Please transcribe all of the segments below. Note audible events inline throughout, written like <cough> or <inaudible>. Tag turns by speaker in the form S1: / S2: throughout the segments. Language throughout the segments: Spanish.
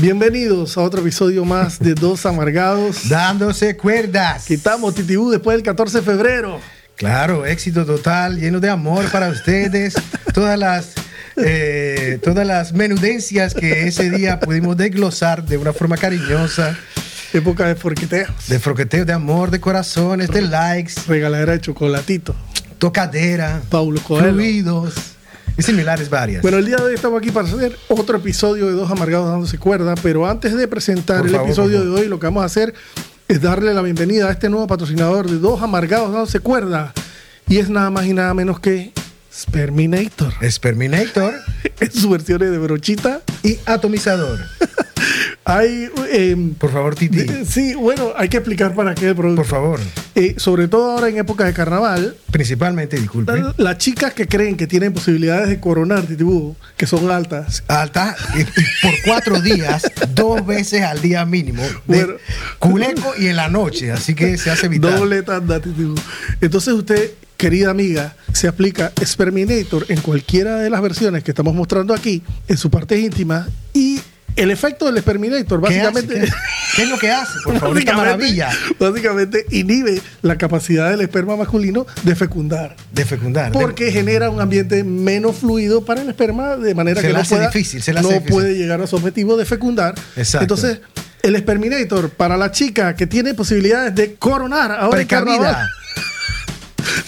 S1: Bienvenidos a otro episodio más de Dos Amargados.
S2: Dándose cuerdas.
S1: Quitamos Titibú después del 14 de febrero.
S2: Claro, éxito total, lleno de amor para ustedes. todas las eh, todas las menudencias que ese día pudimos desglosar de una forma cariñosa.
S1: Época de forqueteos.
S2: De forqueteos, de amor, de corazones, de likes,
S1: Regaladera de chocolatito.
S2: tocadera,
S1: Paulo Coelho.
S2: fluidos y similares varias.
S1: Bueno, el día de hoy estamos aquí para hacer otro episodio de Dos Amargados dándose cuerda, pero antes de presentar
S2: Por
S1: el
S2: favor,
S1: episodio
S2: por
S1: de hoy, lo que vamos a hacer es darle la bienvenida a este nuevo patrocinador de Dos Amargados dándose cuerda. Y es nada más y nada menos que Sperminator. <laughs>
S2: Sperminator
S1: En sus versiones de brochita <laughs>
S2: y atomizador.
S1: hay... em,
S2: Por favor, Titi.
S1: <laughs> de- sí, bueno, hay que explicar para qué el producto.
S2: Por favor.
S1: Eh, sobre todo ahora en épocas de carnaval,
S2: Principalmente, disculpe.
S1: la- las chicas que creen que tienen posibilidades de coronar Titibú, que son altas,
S2: alta y, y por cuatro días, dos veces al día mínimo, de
S1: Bueno.
S2: culeco y en la noche, así que se hace vital.
S1: doble tanda Titibú. Entonces usted, querida amiga, se aplica Sperminator en cualquiera de las versiones que estamos mostrando aquí, en su parte íntima, y el efecto del Sperminator
S2: ¿Qué hace?
S1: básicamente...
S2: ¿Qué, qué es lo que hace? Por favor,
S1: <laughs>
S2: esta
S1: básicamente-
S2: maravilla
S1: básicamente inhibe la capacidad del esperma masculino de fecundar.
S2: de fecundar. de-
S1: porque genera un ambiente menos fluido para el esperma de manera
S2: Se
S1: que
S2: la
S1: no,
S2: hace
S1: pueda,
S2: difícil, se la
S1: no
S2: hace difícil.
S1: puede llegar a su objetivo de fecundar.
S2: Exacto.
S1: Entonces, el Sperminator para la chica que tiene posibilidades de coronar ahora en carnaval, <laughs>
S2: precavida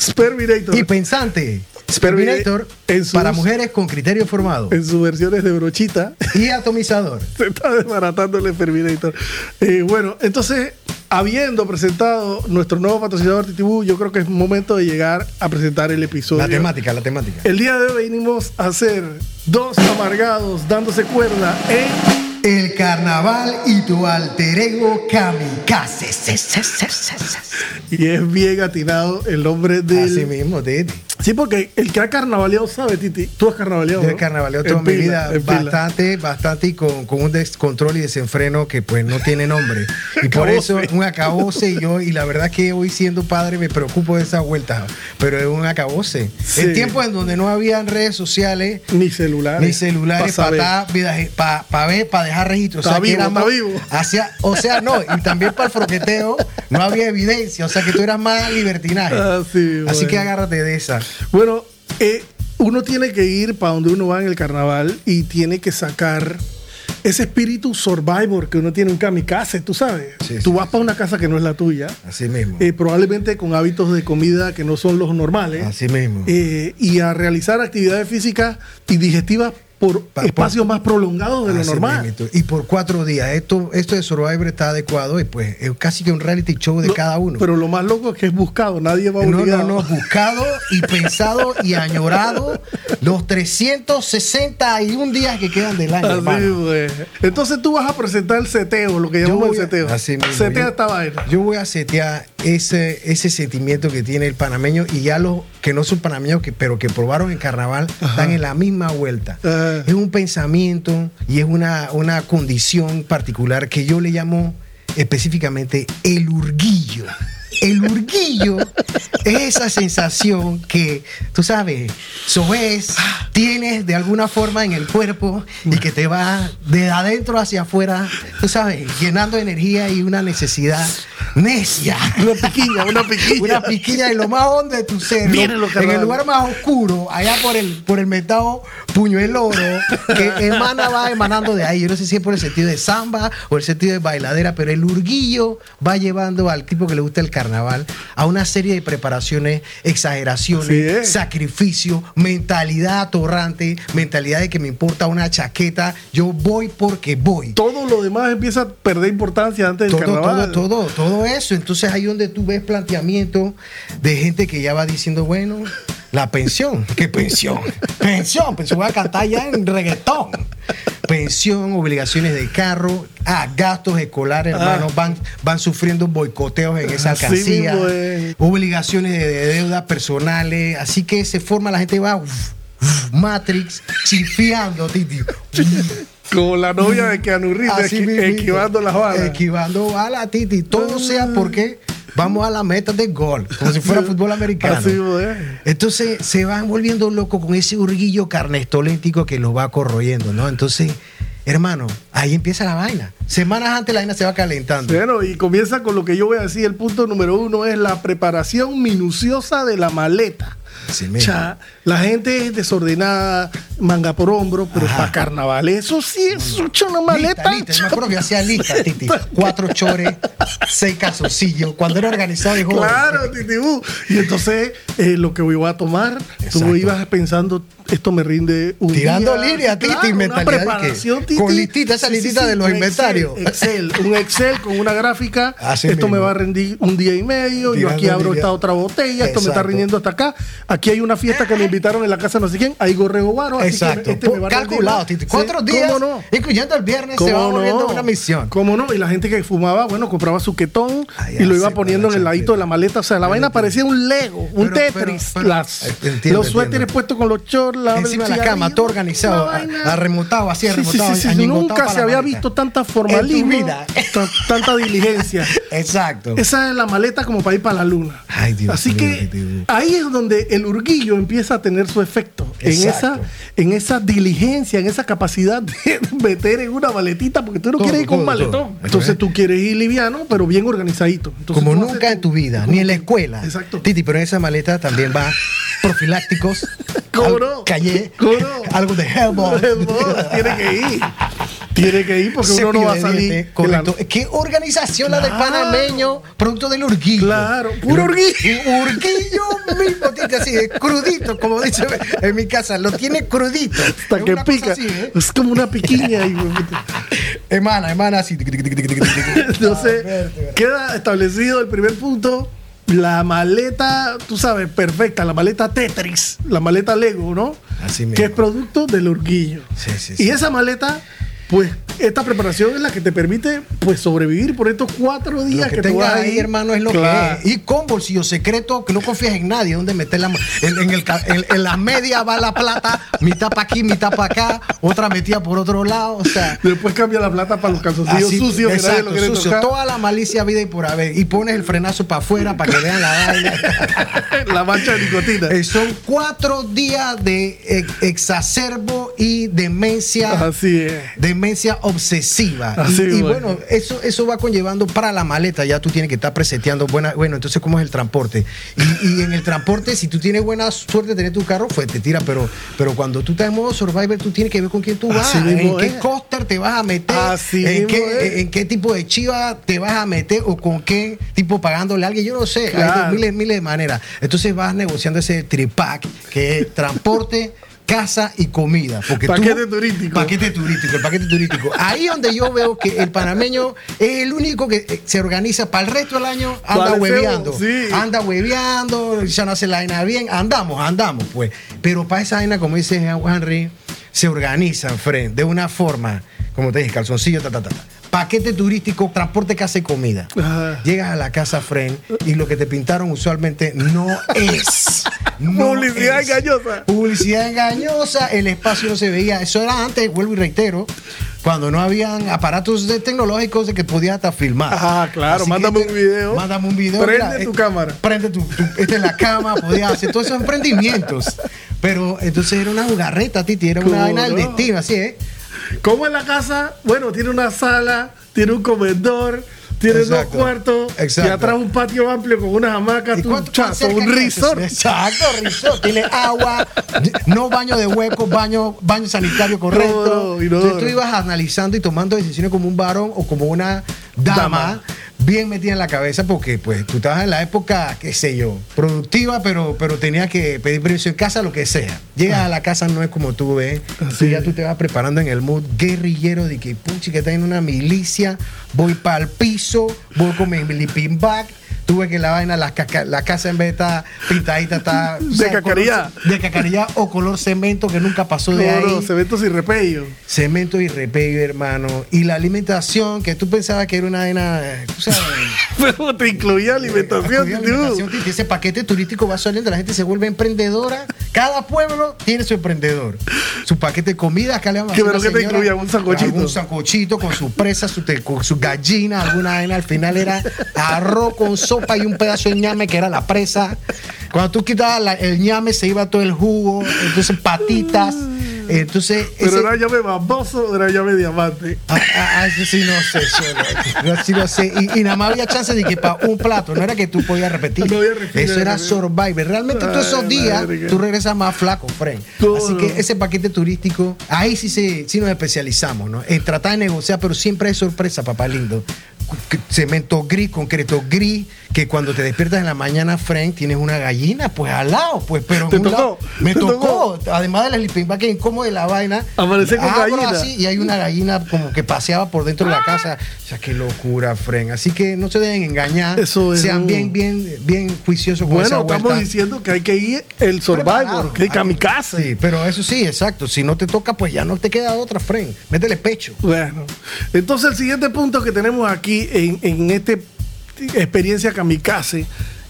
S1: Sperminator
S2: y pensante.
S1: Sperminator
S2: Terminator
S1: en sus-
S2: para mujeres con criterio formado
S1: en sus versiones de brochita <laughs>
S2: y atomizador.
S1: se está desbaratando el Sperminator. Eh, bueno, entonces, habiendo presentado nuestro nuevo patrocinador Titibú, yo creo que es momento de llegar a presentar el episodio.
S2: La temática, la temática.
S1: El día de hoy venimos a hacer dos amargados dándose cuerda en
S2: El carnaval y tu alter ego kamikaze.
S1: y es bien atinado el nombre
S2: Así
S1: del
S2: mismo, Titi.
S1: sí porque el que ha carnavaleado sabe Titi tú has carnavaleado
S2: Yo he
S1: ¿no?
S2: carnavaleo
S1: En
S2: toda mi
S1: pila,
S2: vida
S1: en pila.
S2: bastante, bastante y con, con un descontrol y desenfreno que pues no tiene nombre. Y por eso
S1: Acabose.
S2: un acabose y yo, y la verdad que hoy siendo padre me preocupo de esa vuelta, pero es un acabose.
S1: Sí.
S2: En tiempos en donde no habían redes sociales,
S1: ni celular
S2: ni celulares para pa, pa ver, para dejar registros.
S1: Está
S2: o sea, que
S1: vivo,
S2: era
S1: está
S2: más-
S1: vivo.
S2: hacia- o sea, no, y también para el froqueteo no había evidencia, o sea que tú eras más libertinaje.
S1: Así,
S2: Así que
S1: Ah, bueno.
S2: agárrate de esa.
S1: bueno eh, uno tiene que ir para donde uno va en el carnaval y tiene que sacar ese espíritu survivor que uno tiene un kamikaze tú sabes
S2: Sí,
S1: tú
S2: sí,
S1: vas para una casa que no es la tuya
S2: Así mismo.
S1: eh, probablemente con hábitos de comida que no son los normales
S2: Así mismo.
S1: eh, y a realizar actividades físicas y digestivas por
S2: Pa- Ah,
S1: espacios más prolongados de lo
S2: Así
S1: normal.
S2: mismito. Y por cuatro días. Esto, esto de Survivor está adecuado y pues es casi que un reality show de
S1: No,
S2: cada uno.
S1: Pero lo más loco es que es buscado, nadie va
S2: no,
S1: obligado. <laughs>
S2: no, no, buscado y pensado y añorado los 361 días que quedan del año.
S1: Así,
S2: hermano.
S1: güey. Entonces tú vas a presentar el seteo, lo que
S2: Yo
S1: llamamos el
S2: voy a-
S1: seteo.
S2: así mismo,
S1: Setea
S2: yo-
S1: esta vaina.
S2: Yo voy a setear ese, ese sentimiento que tiene el panameño y ya los que no son panameños, que, pero que probaron en carnaval, están en la misma vuelta.
S1: Ah.
S2: Es un pensamiento y es una, una condición particular que yo le llamo específicamente el urguillo. El urguillo es esa sensación que, tú sabes, sobes, tienes de alguna forma en el cuerpo y que te va de adentro hacia afuera, tú sabes, llenando de energía y una necesidad necia.
S1: Una piquilla, una piquilla.
S2: Una piquilla en lo más hondo de tu ser.
S1: Vienen los
S2: en
S1: carnavales.
S2: el lugar más oscuro, allá por el, por el metado puñuel oro, que emana, va emanando de ahí. Yo no sé si es por el sentido de samba o el sentido de bailadera, pero el urguillo va llevando al tipo que le gusta el carnaval a una serie de preparaciones,
S1: Así
S2: exageraciones,
S1: es.
S2: sacrificio, mentalidad atorrante, mentalidad de que me importa una chaqueta, yo voy porque voy.
S1: Todo lo demás empieza a perder importancia antes del
S2: Todo,
S1: carnaval.
S2: todo, todo, todo eso. Entonces ahí donde tú ves planteamiento de gente que ya va diciendo, bueno, la pensión. ¿Qué
S1: <laughs>
S2: pensión? pensión, pensión, voy a cantar ya en reggaetón. Pensión, obligaciones de carro, ah, gastos escolares, hermanos, van, van sufriendo boicoteos en esa
S1: Ah. Así
S2: alcancía,
S1: mismo es.
S2: obligaciones de, de deudas personales, así que se forma la gente va uf, uf, Matrix chifiando,
S1: <laughs>
S2: Titi.
S1: Como la novia
S2: <laughs>
S1: de Keanu Reeves, esqui-
S2: mismito.
S1: esquivando las balas.
S2: Esquivando balas, Titi.
S1: Ah.
S2: Todo sea porque vamos a la meta de gol, como si fuera fútbol americano.
S1: Así mismo es.
S2: Entonces se van volviendo locos con ese urguillo carnestoléntico que los va corroyendo, ¿no? Entonces hermano, ahí empieza la vaina. Semanas antes la vaina se va calentando.
S1: Bueno, y comienza con lo que yo voy a decir. El punto número uno es la preparación minuciosa de la maleta.
S2: Sí,
S1: O
S2: mira.
S1: sea, la gente es desordenada, manga por hombro, pero
S2: Ajá.
S1: para carnaval, eso sí es hecho una maleta.
S2: Lista, lista. Yo
S1: cha-
S2: me acuerdo que yo
S1: <laughs>
S2: hacía lista, Titi. Cuatro chores, seis calzoncillos. Cuando era organizado de joven.
S1: Claro, Titibú. Y entonces, eh, lo que voy a tomar, tú
S2: Exacto.
S1: ibas pensando, esto me rinde un
S2: Tirando
S1: día.
S2: línea, Titi,
S1: Claro, una
S2: mentalidad de que-
S1: preparación, Titi.
S2: con listita, esa listita de los
S1: un Excel,
S2: inventarios.
S1: Excel, un Excel con una gráfica.
S2: Así
S1: esto me
S2: mismo.
S1: va a rendir un día y medio. yo
S2: Tirando
S1: aquí abro
S2: línea.
S1: esta otra botella. Esto me está
S2: Exacto.
S1: rindiendo hasta acá. Aquí hay una fiesta que me invitaron en la casa no sé quién. Hay gorrego <laughs> varo. así que
S2: Exacto.
S1: este me va a rendir
S2: Calculado,
S1: más.
S2: Titi.
S1: Sí,
S2: Cuatro
S1: ¿cómo
S2: días,
S1: no?
S2: incluyendo el viernes, se
S1: ¿Cómo
S2: va volviendo
S1: no?
S2: una misión.
S1: ¿Cómo no? Y la gente que fumaba, bueno, compraba su ketón
S2: Ay,
S1: y lo
S2: ya
S1: iba
S2: sé,
S1: poniendo en
S2: para
S1: el
S2: la
S1: ladito de la
S2: champeta.
S1: maleta. O sea, la vaina parecía un Lego, un
S2: pero-
S1: Tetris.
S2: pero-
S1: las-
S2: Eh, entiendo,
S1: los suéteres
S2: entiendo.
S1: puestos con los shorts, la
S2: Encima de
S1: el
S2: la cama,
S1: cigarrillo,
S2: todo organizado,
S1: una
S2: a-
S1: vaina.
S2: arremotado,
S1: Sí,
S2: así
S1: sí, sí,
S2: arremotado,
S1: sí, sí,
S2: añingotado
S1: Nunca
S2: para
S1: se
S2: la
S1: había
S2: maleta.
S1: visto tanta formalismo,
S2: vida.
S1: tan- tanta
S2: <laughs>
S1: diligencia.
S2: Exacto.
S1: Esa es la maleta como para ir para la luna.
S2: Ay, Dios
S1: Así
S2: mío,
S1: que
S2: Dios.
S1: ahí es donde el urguillo empieza a tener su efecto. En esa,
S2: Exacto.
S1: en esa diligencia, en esa capacidad de <laughs> meter en una maletita, porque tú no
S2: Todo,
S1: quieres ir con
S2: todo,
S1: maletón.
S2: todo.
S1: Entonces tú quieres ir liviano, pero bien organizadito. Entonces,
S2: como
S1: tú haces
S2: nunca en tu vida, ni en la escuela.
S1: Exacto.
S2: Titi, pero en esa maleta también
S1: <laughs>
S2: va profilácticos.
S1: ¿Cómo
S2: al-
S1: no?
S2: Calle.
S1: ¿Cómo <laughs> no?
S2: Algo de Hellball. <laughs>
S1: Hermoso, tiene que ir. Tiene que ir porque uno
S2: Cepillo
S1: no va a
S2: de
S1: salir.
S2: dientes,
S1: de la-
S2: correcto. ¿Qué organización la del
S1: Claro.
S2: panameño? Producto del urguillo.
S1: Claro, puro urguillo.
S2: Urguillo mismo, Titi, así, de crudito, como dice en mi casa. Lo tiene crudito.
S1: Hasta
S2: Es
S1: que
S2: una cosa
S1: pica.
S2: así, ¿eh?
S1: Es como una piquiña. ahí, huevito.
S2: Hermana, hermana, así. tic, tic, tic, tic, tic, tic.
S1: <laughs> Entonces,
S2: Ah, verte,
S1: queda establecido el primer punto. La maleta, tú sabes, perfecta, la maleta Tetris, la maleta Lego, ¿no?
S2: Así mismo.
S1: Que es producto del orguillo.
S2: Sí, sí,
S1: Y
S2: sí.
S1: esa maleta, pues, esta preparación es la que te permite, pues, sobrevivir por estos cuatro días
S2: Lo
S1: que,
S2: que,
S1: tú
S2: tengas
S1: vas
S2: ahí, hermano, es lo
S1: Claro.
S2: que es. Y con bolsillo secreto, que no confías en nadie, donde meter la mano. En, en el ca- en- en la media va la plata, mitad para aquí, mitad para acá, otra metida por otro lado. O sea,
S1: Después cambia la plata para los calzoncillos
S2: así,
S1: sucios, que nadie lo
S2: exacto,
S1: quiere
S2: sucio,
S1: tocar.
S2: toda la malicia vida y por haber. Y pones el frenazo para afuera para que vean la
S1: <laughs>
S2: vaina.
S1: la mancha de nicotina.
S2: Eh, son cuatro días de ex- exacerbo y demencia
S1: Así es.
S2: demencia obsesiva.
S1: Así,
S2: y, y
S1: güey.
S2: bueno, eso, eso va conllevando para la maleta. Ya tú tienes que estar preseteando buena. Bueno, entonces, ¿cómo es el transporte? Y, y en el transporte, si tú tienes buena suerte de tener tu carro, pues te tira. Pero, pero cuando tú estás en modo survivor, tú tienes que ver con quién tú vas,
S1: Así
S2: en
S1: mismo
S2: qué
S1: es.
S2: coaster te vas a meter,
S1: Así
S2: en,
S1: mismo
S2: qué,
S1: es.
S2: en qué tipo de chiva te vas a meter o con qué tipo pagándole a alguien. Yo no sé.
S1: Claro.
S2: Hay miles, miles de maneras. Entonces vas negociando ese tripack que es transporte. <laughs> Casa y comida. Porque tú-
S1: Paquete turístico.
S2: Paquete paquete turístico, el paquete turístico. Ahí es donde yo veo que el panameño es el único que eh, se organiza para el resto del año, anda
S1: Parece,
S2: hueveando.
S1: sí.
S2: Anda hueveando, ya no hace la vaina bien, andamos, andamos, pues. Pero para esa vaina, como dice Henry, se organizan, Fren, de una forma, como te dije, calzoncillo, ta, ta, ta. ta. Paquete turístico, transporte, casa y comida.
S1: Ajá.
S2: Llegas a la casa, Fren, y lo que te pintaron usualmente no
S1: <laughs>
S2: es. no
S1: Publicidad
S2: es.
S1: engañosa.
S2: Publicidad engañosa, el espacio no se veía. Eso era antes, vuelvo y reitero, cuando no habían aparatos de- tecnológicos de que podías hasta filmar.
S1: Ah, claro,
S2: que
S1: mándame
S2: este-
S1: un video.
S2: Mándame un video.
S1: Prende
S2: eh,
S1: tu cámara.
S2: Prende tu, tu- esta es la cama, podías hacer todos esos emprendimientos. Pero entonces era una jugarreta, Titi, era
S1: ¿Cómo
S2: una vaina eh? del
S1: no?
S2: destino, así es.
S1: ¿Cómo es la casa? Bueno, tiene una sala, tiene un comedor, tiene dos
S2: Exacto,
S1: cuartos
S2: exacto.
S1: y atrás un patio amplio con unas hamacas, un chazo,
S2: cerca
S1: un
S2: que-
S1: resort.
S2: <laughs> Exacto, resort. Tiene agua, no baño de hueco, baño, baño sanitario correcto.
S1: Todo, inodoro.
S2: Entonces tú ibas analizando y tomando decisiones como un varón o como una dama,
S1: Dama.
S2: bien metida en la cabeza porque pues tú estabas en la época, qué sé yo, productiva, pero, pero tenías que pedir permiso en casa, lo que sea. Llegas a la casa, no es como tú ves.
S1: Ah. Así
S2: Tú ya
S1: es.
S2: tú te vas preparando en el mood guerrillero de que, puchi, que está en una milicia, voy para el piso, voy con mi sleeping bag. Tuve que la vaina, la, caca- la casa en vez de estar
S1: <laughs>
S2: pintadita, está. o
S1: De
S2: sea,
S1: cacaría.
S2: color- de cacaría o color cemento que nunca pasó de ahí.
S1: Claro, cementos y repello.
S2: Cemento y repello, hermano. Y la alimentación, que tú pensabas que era una vaina. eh, Tú sabes.
S1: <laughs> Pero te incluía alimentación,
S2: Jodida
S1: tú.
S2: alimentación, Titi. Ese paquete turístico va saliendo, la gente se vuelve emprendedora. Cada pueblo tiene su emprendedor. Su paquete de comida, acá le vamos a
S1: ¿Qué,
S2: hacer
S1: pero
S2: una
S1: qué te
S2: señora
S1: incluía? ¿Un sancochito?
S2: algún sancochito con su presa, su, te- con su gallina, alguna vaina. Al final era arroz con sopa y un pedazo de ñame que era la presa. Cuando tú quitabas la- el ñame, se iba todo el jugo. Entonces, patitas. Entonces,
S1: Pero
S2: ese-
S1: era llave baboso o era llave diamante.
S2: Ah, ah, ah, eso sí no sé, eso no, yo sí lo sé. Y, y nada más había chance de que para un plato, no era que tú podías repetir.
S1: No había refinería.
S2: eso era Survivor. Realmente todos esos
S1: Ay,
S2: días
S1: madre, que-
S2: tú regresas más flaco, Fren.
S1: Todo.
S2: Así que ese paquete turístico, ahí sí, se, sí nos especializamos, ¿no? En tratar de negociar, pero siempre hay sorpresa, papá lindo. C- Cemento gris, concreto gris, que cuando te despiertas en la mañana, Fren, tienes una gallina, pues al lado, pues, pero en
S1: ¿Te
S2: un
S1: tocó?
S2: lado- me
S1: ¿Te
S2: tocó. Además de la sleeping bag, que incómodo de la vaina.
S1: Amanecer con
S2: abro
S1: gallina.
S2: así y hay una gallina como que paseaba por dentro de la casa. O sea, qué locura, Fren. Así que no se deben engañar.
S1: Eso es
S2: Sean
S1: un-
S2: bien, bien, bien juiciosos con esa
S1: Bueno,
S2: vuelta.
S1: estamos diciendo que hay que ir el Survivor,
S2: pues Preparado.
S1: que kamikaze.
S2: Sí, pero eso sí, exacto. Si no te toca, pues ya no te queda otra, Fren. Métele pecho.
S1: Bueno, entonces el siguiente punto que tenemos aquí en, en esta experiencia kamikaze,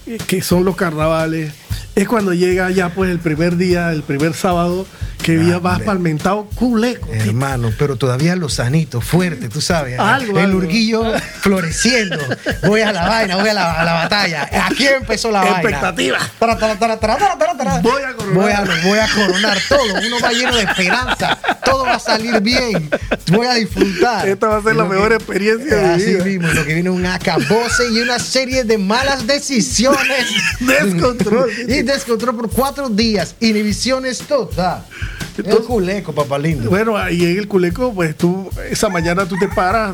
S1: eh, que son los carnavales, es cuando llega ya pues el primer día, el primer sábado, que ya vas
S2: hombre. Em.
S1: palmentado culeco.
S2: Hermano, pero todavía los sanitos, fuerte, tú sabes. ¿eh?
S1: Algo,
S2: el
S1: algo.
S2: urguillo floreciendo. Voy a la vaina, voy a la, a la batalla. Aquí empezó la vaina.
S1: Expectativa.
S2: Tara, tara, tara, tara, tara, tara, tara.
S1: Voy a coronar.
S2: Voy a, voy a coronar todo. Uno va lleno de esperanza. Todo va a salir bien. Voy a disfrutar.
S1: Esta va a ser
S2: Y
S1: la
S2: lo
S1: mejor experiencia de mi
S2: Así
S1: vida.
S2: mismo, lo que viene es un acabose y una serie de malas decisiones.
S1: <laughs> Descontrol.
S2: <laughs> y descontrol por cuatro días. Inhibiciones total. El
S1: Entonces-
S2: culeco, papá lindo.
S1: Bueno, ahí en el culeco, pues tú, esa mañana tú te paras,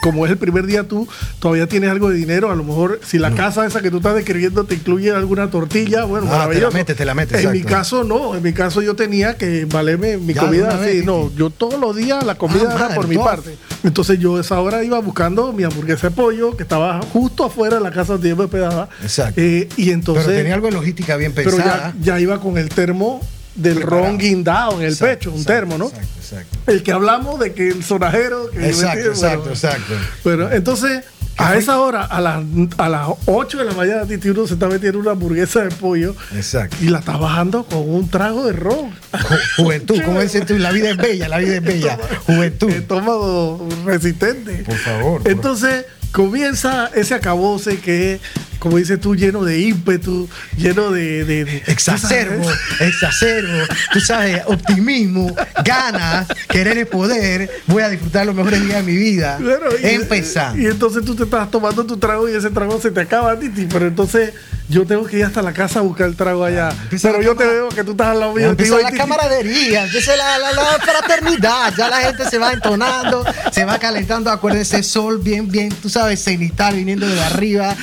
S1: como es el primer día tú, todavía tienes algo de dinero, a lo mejor si la casa esa que tú estás describiendo te incluye alguna tortilla, bueno,
S2: Ah, te la
S1: maravilloso.
S2: metes, te la metes,
S1: En
S2: exacto.
S1: mi caso no, en mi caso yo tenía que valerme mi
S2: Ya, de
S1: comida
S2: una
S1: así,
S2: vez,
S1: no, yo todos los días la comida
S2: Ah,
S1: era
S2: madre,
S1: por mi
S2: todo.
S1: parte. Entonces yo a esa hora iba buscando mi hamburguesa de pollo que estaba justo afuera de la casa donde yo me hospedaba.
S2: Exacto.
S1: Eh, y entonces
S2: pero tenía algo de logística bien
S1: pero
S2: pensada.
S1: ya, ya iba con el termo del
S2: Preparado.
S1: ron guindado en el
S2: Exacto,
S1: pecho, un
S2: exacto,
S1: termo, ¿no?
S2: Exacto, exacto.
S1: El que hablamos de que el sonajero. Que
S2: Exacto,
S1: bueno, pues,
S2: exacto, exacto.
S1: Bueno, entonces, a
S2: fue?
S1: esa hora, a las, a las 8 de la mañana, a ti, uno se está metiendo una hamburguesa de pollo
S2: Exacto.
S1: y la está bajando con un trago de ron.
S2: Ju- Juventud,
S1: <laughs>
S2: como dices tú, la vida es bella, la vida es bella. Juventud.
S1: Estómago resistente.
S2: Por favor, por-
S1: Entonces, comienza ese acabose que es, como dices tú, lleno de ímpetu, lleno de. de, de-
S2: Exacerbo, exacerbo, tú sabes, optimismo, ganas, querer el poder, voy a disfrutar los mejores días de mi vida.
S1: Claro, y-
S2: Empezando.
S1: Y entonces tú te estás tomando tu trago y ese trago se te acaba, Titi. Pero entonces yo tengo que ir hasta la casa a buscar el trago allá.
S2: empieza
S1: Pero
S2: la
S1: yo te
S2: cámara-
S1: veo que tú estás al lado mío.
S2: Ya Empieza
S1: digo,
S2: la
S1: "Ay, Titi".
S2: camaradería, empieza la, la- la fraternidad, ya la gente se va entonando, se va calentando, acuérdense, sol bien, bien, tú sabes, cenital viniendo de arriba,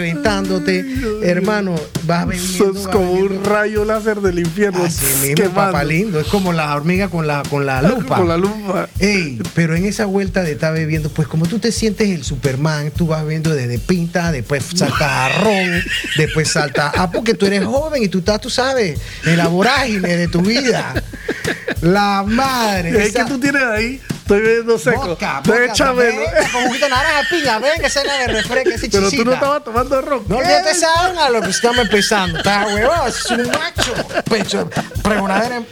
S2: reventándote, hermano, vas viniendo,
S1: Sos
S2: vas
S1: como un
S2: viniendo.
S1: rayo láser del infierno.
S2: Así mismo,
S1: quemando.
S2: papá Ah, lindo, es como la hormiga con la, con la lupa.
S1: Con la lupa.
S2: Ey, pero en esa vuelta de estar bebiendo, pues como tú te sientes el Superman, tú vas viendo desde pinta, después saltas a
S1: <laughs>
S2: ron, después saltas. Ah, porque tú eres joven y tú estás, tú sabes, en la vorágine de tu vida. La madre.
S1: Es
S2: esa-
S1: que tú tienes ahí, estoy bebiendo seco.
S2: Vodka,
S1: Tú
S2: vodka,
S1: échame, ¿no?
S2: venga, Con juguito de naranja, piña, venga, esa es la de refresco, ese
S1: <laughs> Pero tú
S2: chisita.
S1: no estabas tomando ron.
S2: No
S1: ¿Qué?
S2: olvides esa vaina, lo que estamos empezando. Está huevón, es un macho. Pecho, pregonadera en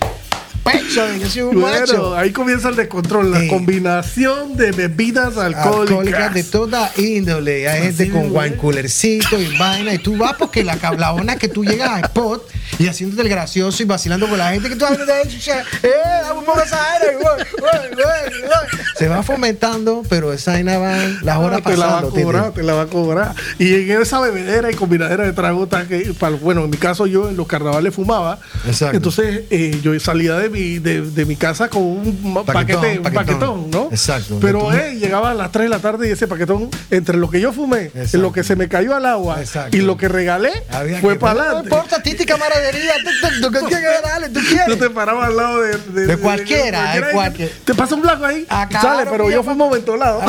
S2: pecho, yo soy un macho.
S1: Bueno, ahí comienza el descontrol, la
S2: Ey.
S1: combinación de bebidas alcohólicas.
S2: alcohólicas de toda índole. Hay gente con
S1: mismo,
S2: wine coolercito y vaina. Y tú vas porque la, ca- la onda es que tú llegas a spot y haciéndote el gracioso y vacilando con la gente que tú hablas de eso. o sea, Eh, dame un poco de esa aire. voy, voy, voy, voy". Se va fomentando, pero esa vaina va las horas
S1: Ah, te la va a
S2: pasando.
S1: cobrar, te la va a cobrar. Y en esa bebedera y combinadera de trago, tan que, para- bueno, en mi caso yo en los carnavales fumaba.
S2: Exacto.
S1: Entonces eh, yo salía de mi, de, de mi casa con un ma-
S2: Paquetón,
S1: paquete, un
S2: paquetón.
S1: paquetón, ¿no?
S2: Exacto.
S1: Pero
S2: Entonces-
S1: eh, llegaba a las 3 de la tarde y ese paquetón, entre lo que yo fumé,
S2: Exacto.
S1: lo que se me cayó al agua
S2: Exacto.
S1: y lo que regalé,
S2: Había
S1: fue
S2: que-
S1: para
S2: No
S1: adelante.
S2: importa, Titi, camaradería. tú- tú- tú- tú quieres, dale, tú
S1: Tú
S2: quieres.
S1: te parabas al lado de, de,
S2: De cualquiera, de cualquier-
S1: Te pasa un blanco ahí,
S2: Acabaron,
S1: sale, pero
S2: mira,
S1: yo
S2: papá.
S1: fumo
S2: <laughs>
S1: ventolado.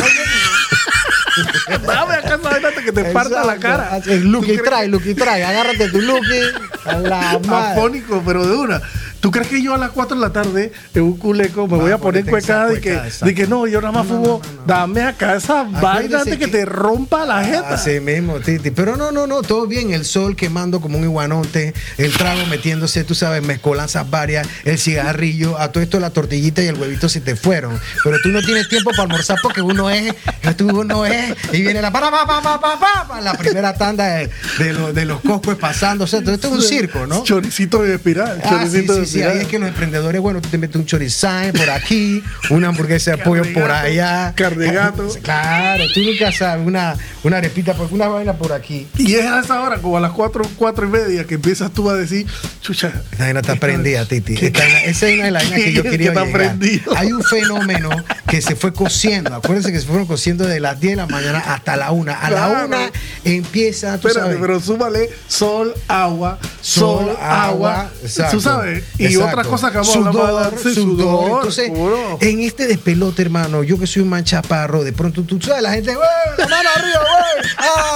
S1: Dame acá esa vaina hasta que te parta la
S2: Exacto.
S1: cara.
S2: Así es, Lucky
S1: ¿Tú crees-
S2: trae, Lucky trae. Agárrate tu Lucky. A la madre.
S1: Afónico, pero de una. ¿Tú crees que yo a las 4 de la tarde en un culeco me voy a poner
S2: ponerte esa
S1: cuecada y que,
S2: cueca, exacto.
S1: de que no, yo nada más fumo? Dame acá esa vaina antes que,
S2: que- Ah,
S1: te rompa la jeta.
S2: Así mismo, Titi. Pero no, no, no, todo bien. El sol quemando como un iguanote, el trago metiéndose, tú sabes, mezcolanzas varias, el cigarrillo, a todo esto la tortillita y el huevito se te fueron. Pero tú no tienes tiempo para almorzar porque uno es, tú uno es, y viene la para, pa, pa, pa, pa, pa, pa, la primera tanda de, de los, de los coscos pasando. O sea, todo esto es un circo, ¿no?
S1: Choricito de espiral.
S2: Ah, sí,
S1: choricito
S2: sí,
S1: de
S2: sí, sí,
S1: mira.
S2: ahí es que los emprendedores, bueno, tú te metes un chorizaje por aquí, una hamburguesa de pollo por
S1: Carne gato,
S2: allá. Eh,
S1: carne gato.
S2: Claro, tú nunca sabes, una, una arepita, por- una vaina por aquí.
S1: Y es a esa hora, como a las 4, 4 y media, que empiezas tú a decir, chucha,
S2: Esa vaina está
S1: Esto-
S2: prendida, Titi.
S1: ¿Qué-
S2: Esta vaina- esa vaina es la vaina
S1: ¿Qué- <laughs>
S2: que yo
S1: qué
S2: quería
S1: está
S2: llegar.
S1: prendido?
S2: Hay un fenómeno que se fue cociendo. Acuérdense que se fueron cociendo de las 10 de la mañana hasta la 1. A la
S1: Claro.
S2: 1 empieza, tú
S1: espérate,
S2: sabes,
S1: pero súmale sol, agua,
S2: Sol,
S1: sol, agua,
S2: agua, exacto,
S1: tú sabes, y
S2: exacto.
S1: otras cosas que vamos a hablar más
S2: sudor,
S1: adelante,
S2: sudor.
S1: sudor,
S2: Entonces,
S1: seguro.
S2: en este despelote, hermano, yo que soy un manchaparro, de pronto tú sabes, la gente, "Güey, la mano arriba, güey,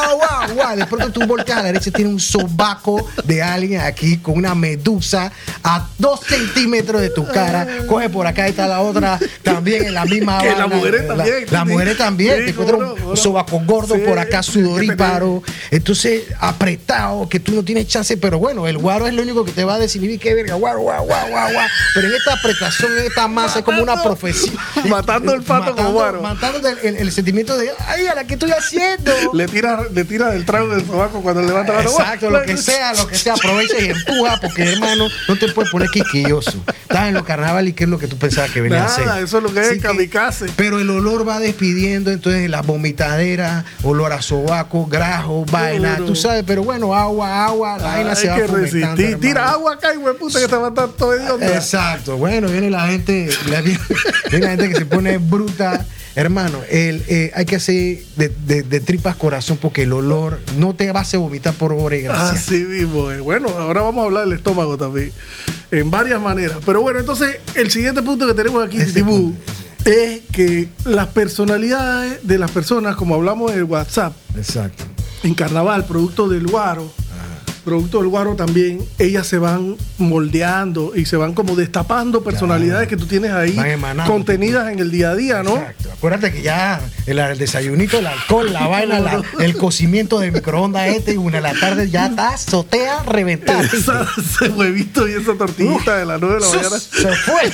S2: agua, agua. De pronto tú volcas a la derecha, tiene un sobaco de alguien aquí con una medusa a dos centímetros de tu cara. Coge por acá, ahí está la otra, también en la misma
S1: Que las
S2: vaina.
S1: mujeres también,
S2: La, las
S1: Titi.
S2: mujeres también.
S1: Sí,
S2: te encuentras
S1: cómo no,
S2: un
S1: cómo no.
S2: sobaco gordo
S1: Sí,
S2: por acá,
S1: que te-
S2: sudoríparo. Entonces, apretado, que tú no tienes chance, pero bueno, el guaro es lo único que te va a decir, "Mira, qué verga, guaro, guau, guau, guau, guau". Pero en esta apretación, en esta masa, es como una
S1: Matando-
S2: profecía.
S1: matando el pato con
S2: Matando-
S1: guaro.
S2: Matando el, el- el sentimiento de, ay, a la que estoy haciendo.
S1: le tira, le tira del trago del sobaco cuando levanta la mano.
S2: Exacto, lo que sea, lo que sea, aprovecha y empuja, porque hermano, no te puedes poner quisquilloso. Estás en los carnaval y qué es lo que tú pensabas que venía a hacer.
S1: Nada, eso es lo que es
S2: Así
S1: kamikaze.
S2: Pero el olor va despidiendo, entonces la vomitadera, olor a sobaco, grajo, vaina,
S1: duro.
S2: tú sabes, pero bueno, agua, agua, la vaina
S1: Ay,
S2: se va
S1: que
S2: fomentando,
S1: resistir. Tira
S2: hermano.
S1: agua acá, güey, puta, que te va a estar todo idiota.
S2: Exacto, bueno, viene la gente, la- <laughs> viene la gente que se pone bruta. Hermano, el, eh, hay que hacer de, de- de tripas corazón porque el olor no te va a hacer vomitar por obra y gracia.
S1: Así mismo es. Bueno, ahora vamos a hablar del estómago también. En varias maneras. Pero bueno, entonces el siguiente punto que tenemos aquí,
S2: Ese
S1: Titibú,
S2: punto.
S1: es que las personalidades de las personas, como hablamos en el WhatsApp,
S2: Exacto.
S1: en carnaval, producto del guaro, producto del guaro también, ellas se van moldeando y se van como destapando personalidades que tú tienes ahí
S2: Van emanando.
S1: contenidas en el día a día, ¿no?
S2: Exacto. Acuérdate que ya el, el desayunito, el alcohol, la vaina, la-
S1: <laughs>
S2: el cocimiento del microondas este y una de la tarde ya está azotea reventada.
S1: <laughs> Esa- Ese huevito y esa tortillita de las 9 de la
S2: <laughs>
S1: mañana,
S2: Sus, Se fue.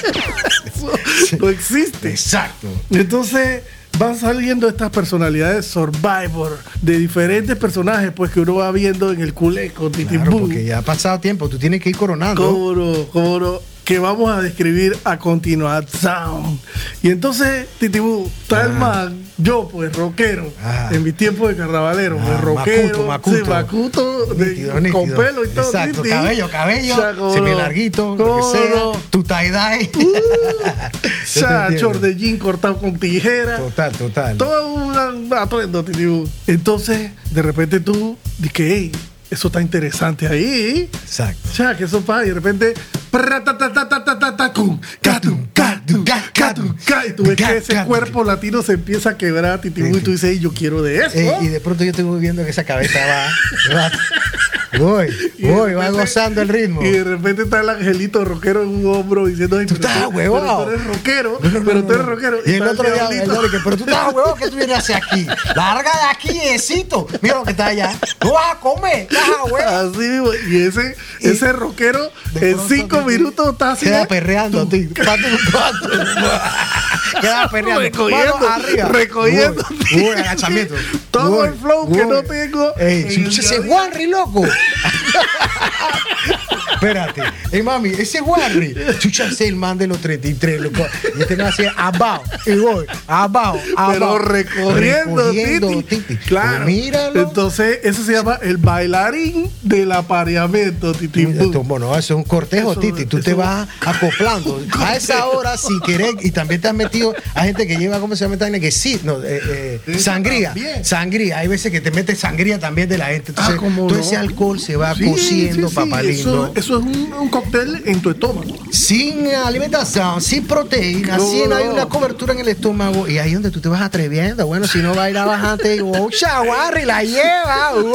S1: eso no existe.
S2: Exacto.
S1: Entonces van saliendo estas personalidades Survivor de diferentes personajes, pues que uno va viendo en el culeco,
S2: Claro,
S1: Titimbú,
S2: porque ya ha pasado tiempo, tú tienes que
S1: <laughs>
S2: ir coronando.
S1: cobro, cobro, que vamos a describir a continuación. Y entonces, Titibú, tal man, yo pues rockero,
S2: Ah.
S1: en mi tiempo de carnavalero,
S2: Ah,
S1: pues rockero,
S2: macuto,
S1: sí, macuto, de-
S2: Nítido, nítido.
S1: con pelo y todo.
S2: Exacto,
S1: titi.
S2: cabello, cabello,
S1: Ya, cómo no.
S2: semilarguito, lo que
S1: Cómo no.
S2: <laughs> sea, tu tie-dye.
S1: <laughs>
S2: Yo te
S1: Ya,
S2: entiendo.
S1: short de jean cortado con tijera.
S2: Total, total.
S1: Todo un atuendo, te digo. Entonces, de repente tú dices, hey, eso está interesante ahí. ¿eh?
S2: Exacto.
S1: O sea, que eso pasa y de repente. prra, ta, ta, ta, ta, ta, ta, ta, cum, catum, catum, catum, ca, Y tú ves que ese cuerpo latino se empieza a quebrar, Titibú, y tú dices, "Ey, yo quiero de eso.
S2: Eh, y de pronto yo estoy viendo que esa cabeza va. va-
S1: <laughs>
S2: voy,
S1: Y de
S2: voy, va
S1: repente-
S2: gozando el ritmo.
S1: Y de repente está el angelito rockero en un hombro diciendo, "Ay,
S2: Tú
S1: pero
S2: estás
S1: pero
S2: huevón".
S1: tú eres rockero,
S2: No, no, no,
S1: pero tú
S2: no,
S1: eres
S2: no.
S1: rockero.
S2: Y el
S1: está
S2: otro día, el
S1: diablito.
S2: otro día, que, pero tú estás huevo que tú vienes hacia aquí. Larga de aquí, Esito. Mira lo que está allá. No vas a comer. Estás a
S1: <laughs>
S2: huevo.
S1: Así mismo. Y ese,
S2: Y-
S1: ese rockero
S2: De
S1: en
S2: pronto,
S1: cinco
S2: tú-
S1: minutos está así.
S2: Queda
S1: ¿eh?
S2: perreando,
S1: Tú-
S2: tío. Pato,
S1: <laughs>
S2: pato. Queda perreando.
S1: Recogiendo,
S2: Mano arriba.
S1: recogiendo.
S2: Uy, uy, agachamiento.
S1: Todo
S2: Uy,
S1: el flow que no tengo
S2: Ey,
S1: en el
S2: chucha,
S1: día
S2: ese
S1: a día. <laughs>
S2: Warri, loco. Espérate. Ey, mami, ese Warri. Chucha, ese es el man de los 33, loco. Este Yo tengo así, abajo. Y voy, abajo, abajo.
S1: Pero recorriendo,
S2: Recogiendo,
S1: Titi.
S2: titi.
S1: Claro.
S2: Míralo.
S1: Entonces, eso se llama el bailarín del apareamiento, Titi.
S2: Tú- Bueno, eso es un cortejo,
S1: Eso-
S2: Titi. Tú te
S1: eso-
S2: vas acoplando. A esa hora, sin querer, y también te has metido a gente que lleva, ¿cómo se llama? esta vaina? Que sí, no, eh, eh,
S1: Sí,
S2: sangría.
S1: también.
S2: Sangría. Hay veces que te metes sangría también de la gente. Entonces,
S1: Ah, cómo
S2: todo
S1: no.
S2: ese alcohol se va
S1: Sí,
S2: cociendo,
S1: sí, sí.
S2: papá lindo.
S1: Eso, eso es un, un cóctel en tu estómago.
S2: Sin alimentación, sin proteína,
S1: No,
S2: sin hay
S1: no.
S2: una cobertura en el estómago. Y ahí es donde tú te vas atreviendo. Bueno, si no bailabas antes, y oh, chaguarri, la lleva. Uy,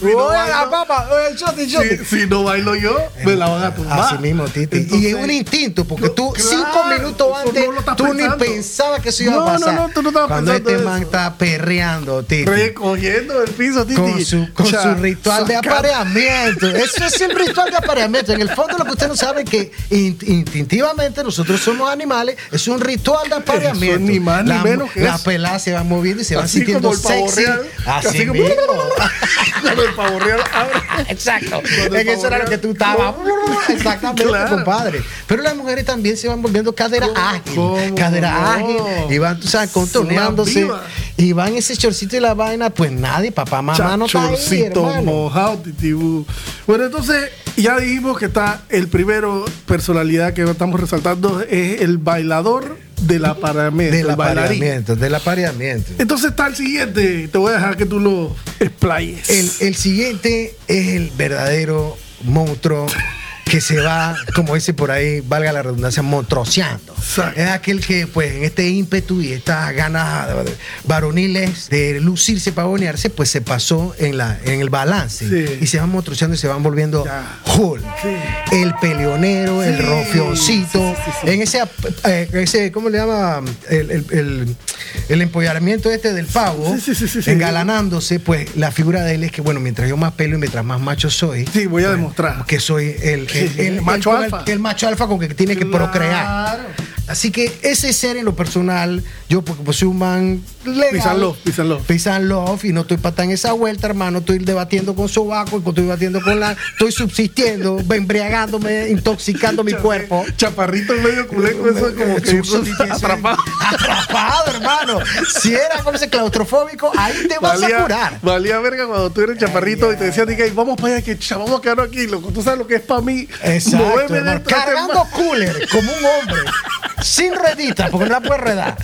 S1: Si no
S2: uy, a la
S1: bailo-
S2: papa, uy, shoti, shoti.
S1: Si, si no bailo yo, me la van a tumbar.
S2: Así mismo, Titi. y es
S1: Entonces-
S2: un instinto, porque
S1: No,
S2: tú
S1: claro,
S2: cinco minutos
S1: eso
S2: antes,
S1: no lo estás
S2: tú
S1: pensando.
S2: ni pensabas que eso iba
S1: No,
S2: a
S1: no,
S2: pasar.
S1: no, tú no estabas
S2: Cuando
S1: pensando
S2: este
S1: eso.
S2: man está perreando, Titi.
S1: Recogiendo el piso, Titi.
S2: Con su, con
S1: Cha- <laughs>
S2: su ritual de
S1: saca-
S2: apareamiento. Eso es el ritual de Obviamente, en el fondo lo que usted no sabe es que in- instintivamente nosotros somos animales, es
S1: <laughs>
S2: un ritual de apareamiento.
S1: Eso ni más ni
S2: La-
S1: menos que
S2: Las
S1: eso.
S2: peladas se van moviendo y se van
S1: Así
S2: sintiendo
S1: como el pavo
S2: sexy.
S1: real.
S2: Así,
S1: Así como-
S2: mismo.
S1: <laughs> Cuando el pavo real abre.
S2: Exacto.
S1: Cuando el
S2: En eso era lo que
S1: <laughs>
S2: tú estabas. Exactamente,
S1: Claro.
S2: compadre. Pero las mujeres también se van volviendo cadera
S1: ¿Cómo?
S2: ágil.
S1: ¿Cómo
S2: Cadera
S1: no?
S2: ágil. Y van, tú sabes, contorneándose.
S1: Más viva.
S2: Y van ese chorcito y la vaina. Pues nadie, papá, mamá no está ahí,
S1: Chachorcito
S2: hermano.
S1: mojado, titibú. Bueno, entonces ya dijimos que está el primero, personalidad que estamos resaltando, es el bailador del apareamiento.
S2: Del
S1: el bailarín.
S2: apareamiento, del apareamiento.
S1: Entonces está el siguiente, te voy a dejar que tú lo explayes.
S2: El, el siguiente es el verdadero monstruo que se va, como dice por ahí, valga la redundancia, montroceando.
S1: Exacto.
S2: Es aquel que, pues, en este ímpetu y estas ganas varoniles de lucirse, pavonearse, pues se pasó en, la, en el balance.
S1: Sí.
S2: Y se van montroceando y se van volviendo
S1: Ya.
S2: Hulk.
S1: Sí.
S2: El peleonero, el
S1: Sí.
S2: rofioncito.
S1: Sí, sí, sí, sí.
S2: En ese, ap- eh, ese, ¿cómo le llama? El, el, el- el empollamiento este del pavo.
S1: Sí, sí, sí, sí, sí.
S2: Engalanándose, pues, la figura de él es que, bueno, mientras yo más pelo y mientras más macho soy,
S1: sí, voy a demostrar.
S2: que soy el,
S1: Sí,
S2: el- el-
S1: el macho
S2: el-
S1: alfa.
S2: el macho alfa con que tiene que
S1: Claro.
S2: procrear. Así que ese ser en lo personal, yo porque pues, soy un man legal.
S1: Peace and love, peace and love.
S2: Peace and love, y no estoy para estar en esa vuelta, hermano. Estoy debatiendo con sobaco, estoy debatiendo con la... Estoy subsistiendo, <laughs> embriagándome, intoxicando mi
S1: Chapa-
S2: cuerpo.
S1: Chaparrito en medio culeco, eso es como que
S2: <laughs>
S1: atrapado.
S2: Atrapado, hermano. Si era como ese claustrofóbico, ahí te vas a curar.
S1: valía verga cuando tú eres chaparrito y te decían, diga, vamos para allá, que cha, vamos a quedarnos aquí, loco. Tú sabes lo que es para mí.
S2: Exacto,
S1: moverme
S2: hermano.
S1: dentro de este
S2: cargando
S1: mar.
S2: cooler como un hombre, sin redita, porque no la puedes redar.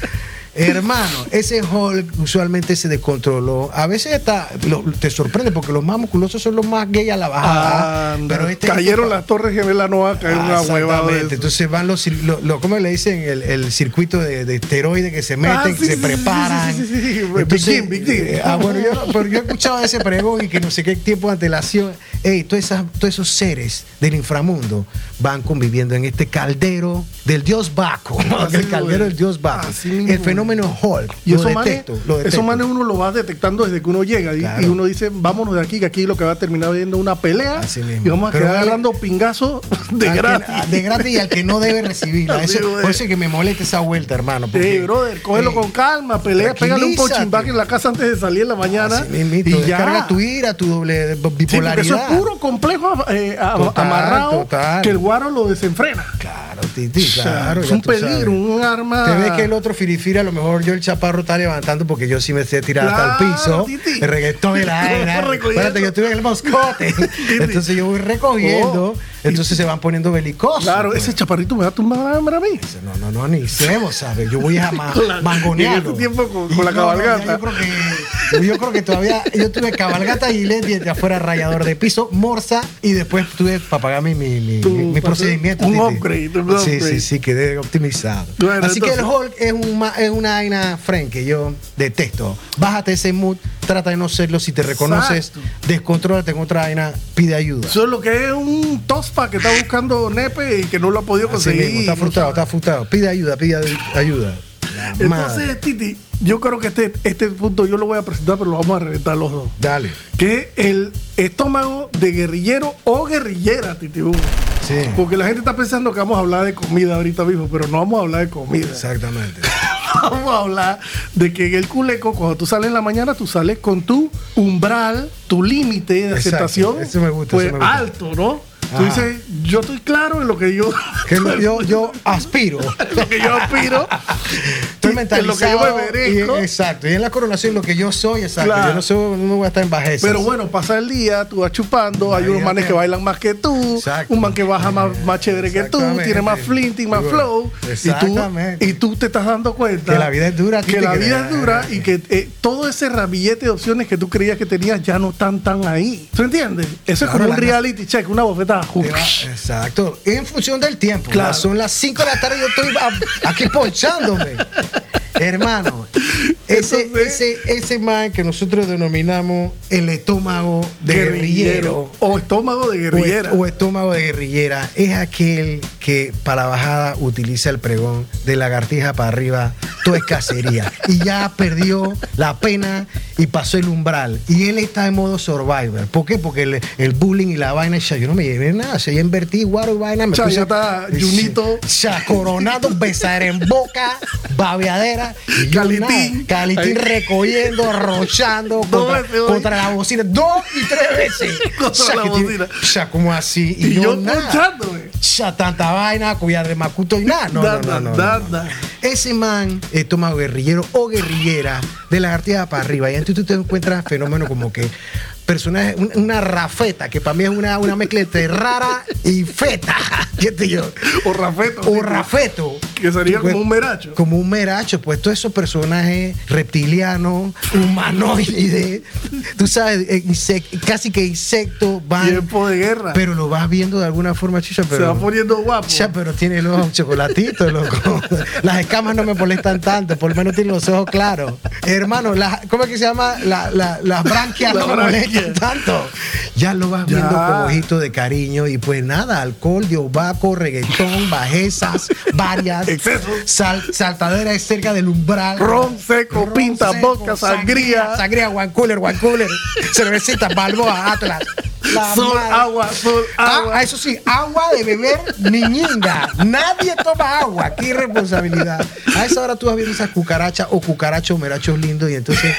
S2: Hermano, ese Hulk usualmente se descontroló. A veces está, lo- te sorprende porque los más musculosos son los más gay a la bajada.
S1: Ah, Anda,
S2: pero este-
S1: cayeron las torres gemelas, no va a caer
S2: Ah,
S1: una huevada. de
S2: exactamente.
S1: eso.
S2: Entonces van los, cir- lo- lo- ¿cómo le dicen? El, el circuito de, de esteroides que se meten,
S1: Ah, sí,
S2: que se
S1: sí, sí,
S2: preparan.
S1: sí, sí, sí, sí. Big Jim, Big Jim.
S2: eh, ah, bueno, yo, no- pero yo he escuchado ese pregón y que no sé qué tiempo de antelación. Ey, todas esas- todos esos seres del inframundo van conviviendo en este caldero del dios Baco.
S1: <laughs> Así
S2: el caldero
S1: mismo es.
S2: del dios Baco.
S1: Así mismo
S2: El
S1: es.
S2: fenómeno Hulk.
S1: Y
S2: lo,
S1: esos manes,
S2: detesto, lo detesto.
S1: esos manes uno lo va detectando desde que uno llega y,
S2: Claro.
S1: y uno dice, vámonos de aquí, que aquí lo que va a terminar viendo una pelea
S2: Así mismo.
S1: y vamos a
S2: Pero
S1: quedar
S2: vale-
S1: agarrando pingazos de
S2: Al que-
S1: gratis.
S2: de gratis y al que no debe recibirla.
S1: <laughs> Así,
S2: Eso,
S1: güey.
S2: por eso es que me molesta esa vuelta, hermano. porque-
S1: Sí, brother, cógelo
S2: Eh,
S1: con calma, pelea, pégale un
S2: tranquilízate.
S1: pochimbaque en la casa antes de salir en la mañana.
S2: Así mismito,
S1: y
S2: descarga
S1: ya.
S2: tu ira, tu doble
S1: Sí, porque
S2: bipolaridad.
S1: eso es puro complejo eh, a-
S2: Total,
S1: amarrado
S2: total.
S1: que el guaro lo desenfrena.
S2: Claro, Titi, claro.
S1: es
S2: ya
S1: un
S2: tú sabes.
S1: peligro, un arma.
S2: Te ves que el otro firifira, a lo mejor yo el chaparro está levantando porque yo sí me sé tirar hasta el
S1: Claro,
S2: piso.
S1: Titi.
S2: El reggaetón y la
S1: <laughs>
S2: vaina.
S1: Recogiendo.
S2: Espérate, yo estoy en
S1: <laughs>
S2: el moscote. entonces yo voy recogiendo.
S1: Oh.
S2: entonces se van poniendo belicosos.
S1: Claro, ese chaparrito me va a tumbar la hambre a mí.
S2: No, no, no, ni hicimos, ¿sabes? Yo voy
S1: <laughs>
S2: a ma-
S1: Con la-
S2: mangonearlo.
S1: en ese tiempo con- con la
S2: No, no, ya
S1: cabalgata.
S2: yo, creo que, yo creo que todavía yo tuve cabalgata y Leti de afuera rayador de piso, morsa y después tuve para pagar mi, mi, mi,
S1: Tu-
S2: mi procedimiento.
S1: un
S2: Titi.
S1: upgrade, un
S2: Sí,
S1: upgrade.
S2: sí, sí, quedé optimizado.
S1: Bueno,
S2: Así que el
S1: entonces-
S2: Hulk es, un, ma- es una vaina friend que yo detesto. Bájate ese mood, trata de no serlo. Si te reconoces,
S1: Exacto.
S2: descontrólate en otra vaina, pide ayuda.
S1: Eso es lo que es un tospa que está buscando nepe y que no lo ha podido
S2: Así
S1: conseguir.
S2: mismo, está frustrado, está frustrado. Pide ayuda, pide ayu- ayuda. La madre.
S1: Entonces, Titi, yo creo que este, este punto yo lo voy a presentar, pero lo vamos a reventar los dos.
S2: Dale.
S1: Que es el estómago de guerrillero o guerrillera, Titi. Hugo.
S2: Sí.
S1: Porque la gente está pensando que vamos a hablar de comida ahorita mismo, pero no vamos a hablar de comida.
S2: Exactamente.
S1: Vamos a hablar de que en el culeco, cuando tú sales en la mañana, tú sales con tu umbral, tu límite de
S2: Exacto,
S1: aceptación.
S2: eso me gusta,
S1: Pues
S2: eso me gusta.
S1: alto, ¿no? Tú
S2: Ajá.
S1: dices, yo estoy claro <laughs> en lo que yo.
S2: Que lo- yo, yo
S1: <laughs>
S2: aspiro.
S1: lo que yo aspiro.
S2: Estoy
S1: en lo que yo
S2: mentalizado.
S1: me merezco.
S2: y- exacto. Y en la coronación lo que yo soy, exacto.
S1: Claro.
S2: Yo no, soy, no voy a estar en bajeza.
S1: Pero bueno, pasa el día, tú vas chupando, hay unos
S2: Imagínate.
S1: manes que bailan más que tú,
S2: Exacto.
S1: un man que baja más, más chévere que tú,
S2: Exactamente.
S1: tiene más flint y más
S2: Bueno,
S1: flow, y tú,
S2: exactamente.
S1: y tú te estás dando cuenta
S2: Que la vida es dura,
S1: que
S2: Titi,
S1: la
S2: que-
S1: vida es
S2: <laughs>
S1: dura y que eh, todo ese ramillete de opciones que tú creías que tenías ya no están tan ahí. ¿Tú entiendes? Eso es
S2: Claro,
S1: como un
S2: la-
S1: reality check, una bofetada.
S2: Te va- eh, Exacto. En función del tiempo.
S1: Claro.
S2: Ya Son las 5 de la tarde y yo estoy a- aquí ponchándome. Hermano,
S1: <laughs>
S2: ese,
S1: Entonces-
S2: ese, ese man que nosotros denominamos el estómago de guerrillero
S1: o estómago de
S2: o
S1: guerrillera.
S2: est- O, estómago de guerrillera es aquel que para bajada utiliza el pregón de lagartija para arriba, todo es cacería. y ya perdió la pena y pasó el umbral. Y él está en modo survivor. ¿Por qué? Porque el, el bullying y la vaina, ya, yo no me llevé nada. O sea, ya invertí, guaro y vaina. Me
S1: Cha, ya está Junito.
S2: Ya, coronado, besar en boca, babeadera. y yo
S1: Calitín.
S2: nada. Calitín
S1: Ahí.
S2: recogiendo, arrochando contra,
S1: veces hoy.
S2: contra la bocina. Dos y tres veces.
S1: <laughs> Contra
S2: Ya,
S1: la
S2: que tiene-
S1: bocina.
S2: Ya, como así. Y,
S1: Y
S2: yo,
S1: yo
S2: nada.
S1: ponchándome.
S2: Ya, tanta vaina, cuya de macuto y nada. No, no, no,
S1: Danda,
S2: no, no, no.
S1: danda.
S2: Ese man eh, toma guerrillero o guerrillera de la artigas para arriba. Y entonces tú te encuentras fenómenos como que personajes, un- una rafeta, que para mí es una, una mezcla entre rara y feta. <laughs> ¿Qué te digo?
S1: O Rafeto. pues.
S2: O rafeto.
S1: Que sería
S2: Tú,
S1: como
S2: pues,
S1: un meracho.
S2: Como un meracho, pues todos esos personajes reptilianos, humanoides, tú sabes, eh, insec- casi que insectos, van.
S1: Tiempo de guerra.
S2: Pero lo vas viendo de alguna forma, chicha, pero.
S1: Se va poniendo guapo.
S2: Ya, pero tiene los ojos
S1: <laughs>
S2: chocolatitos, loco. Las escamas no me molestan tanto, por lo menos tiene los ojos claros. Hermano, las- ¿cómo es que se llama? La- la- las branquias
S1: La
S2: no
S1: branquia.
S2: me molestan tanto. Ya lo vas
S1: Ya.
S2: viendo con ojitos de cariño y pues nada, alcohol, diobaco, reggaetón, bajezas, varias.
S1: Exceso.
S2: Sal, saltadera es cerca del umbral.
S1: Ron seco,
S2: Ron
S1: pinta,
S2: seco,
S1: vodka, sangría.
S2: Sangría, one cooler, one cooler. Cervecita, balboa, atlas. La
S1: sol,
S2: madre.
S1: agua, sol,
S2: Ah,
S1: agua.
S2: ah, eso sí, agua de beber niñinga. Nadie toma agua. Qué irresponsabilidad. A esa hora tú vas viendo esas cucarachas o cucarachos merachos lindos y entonces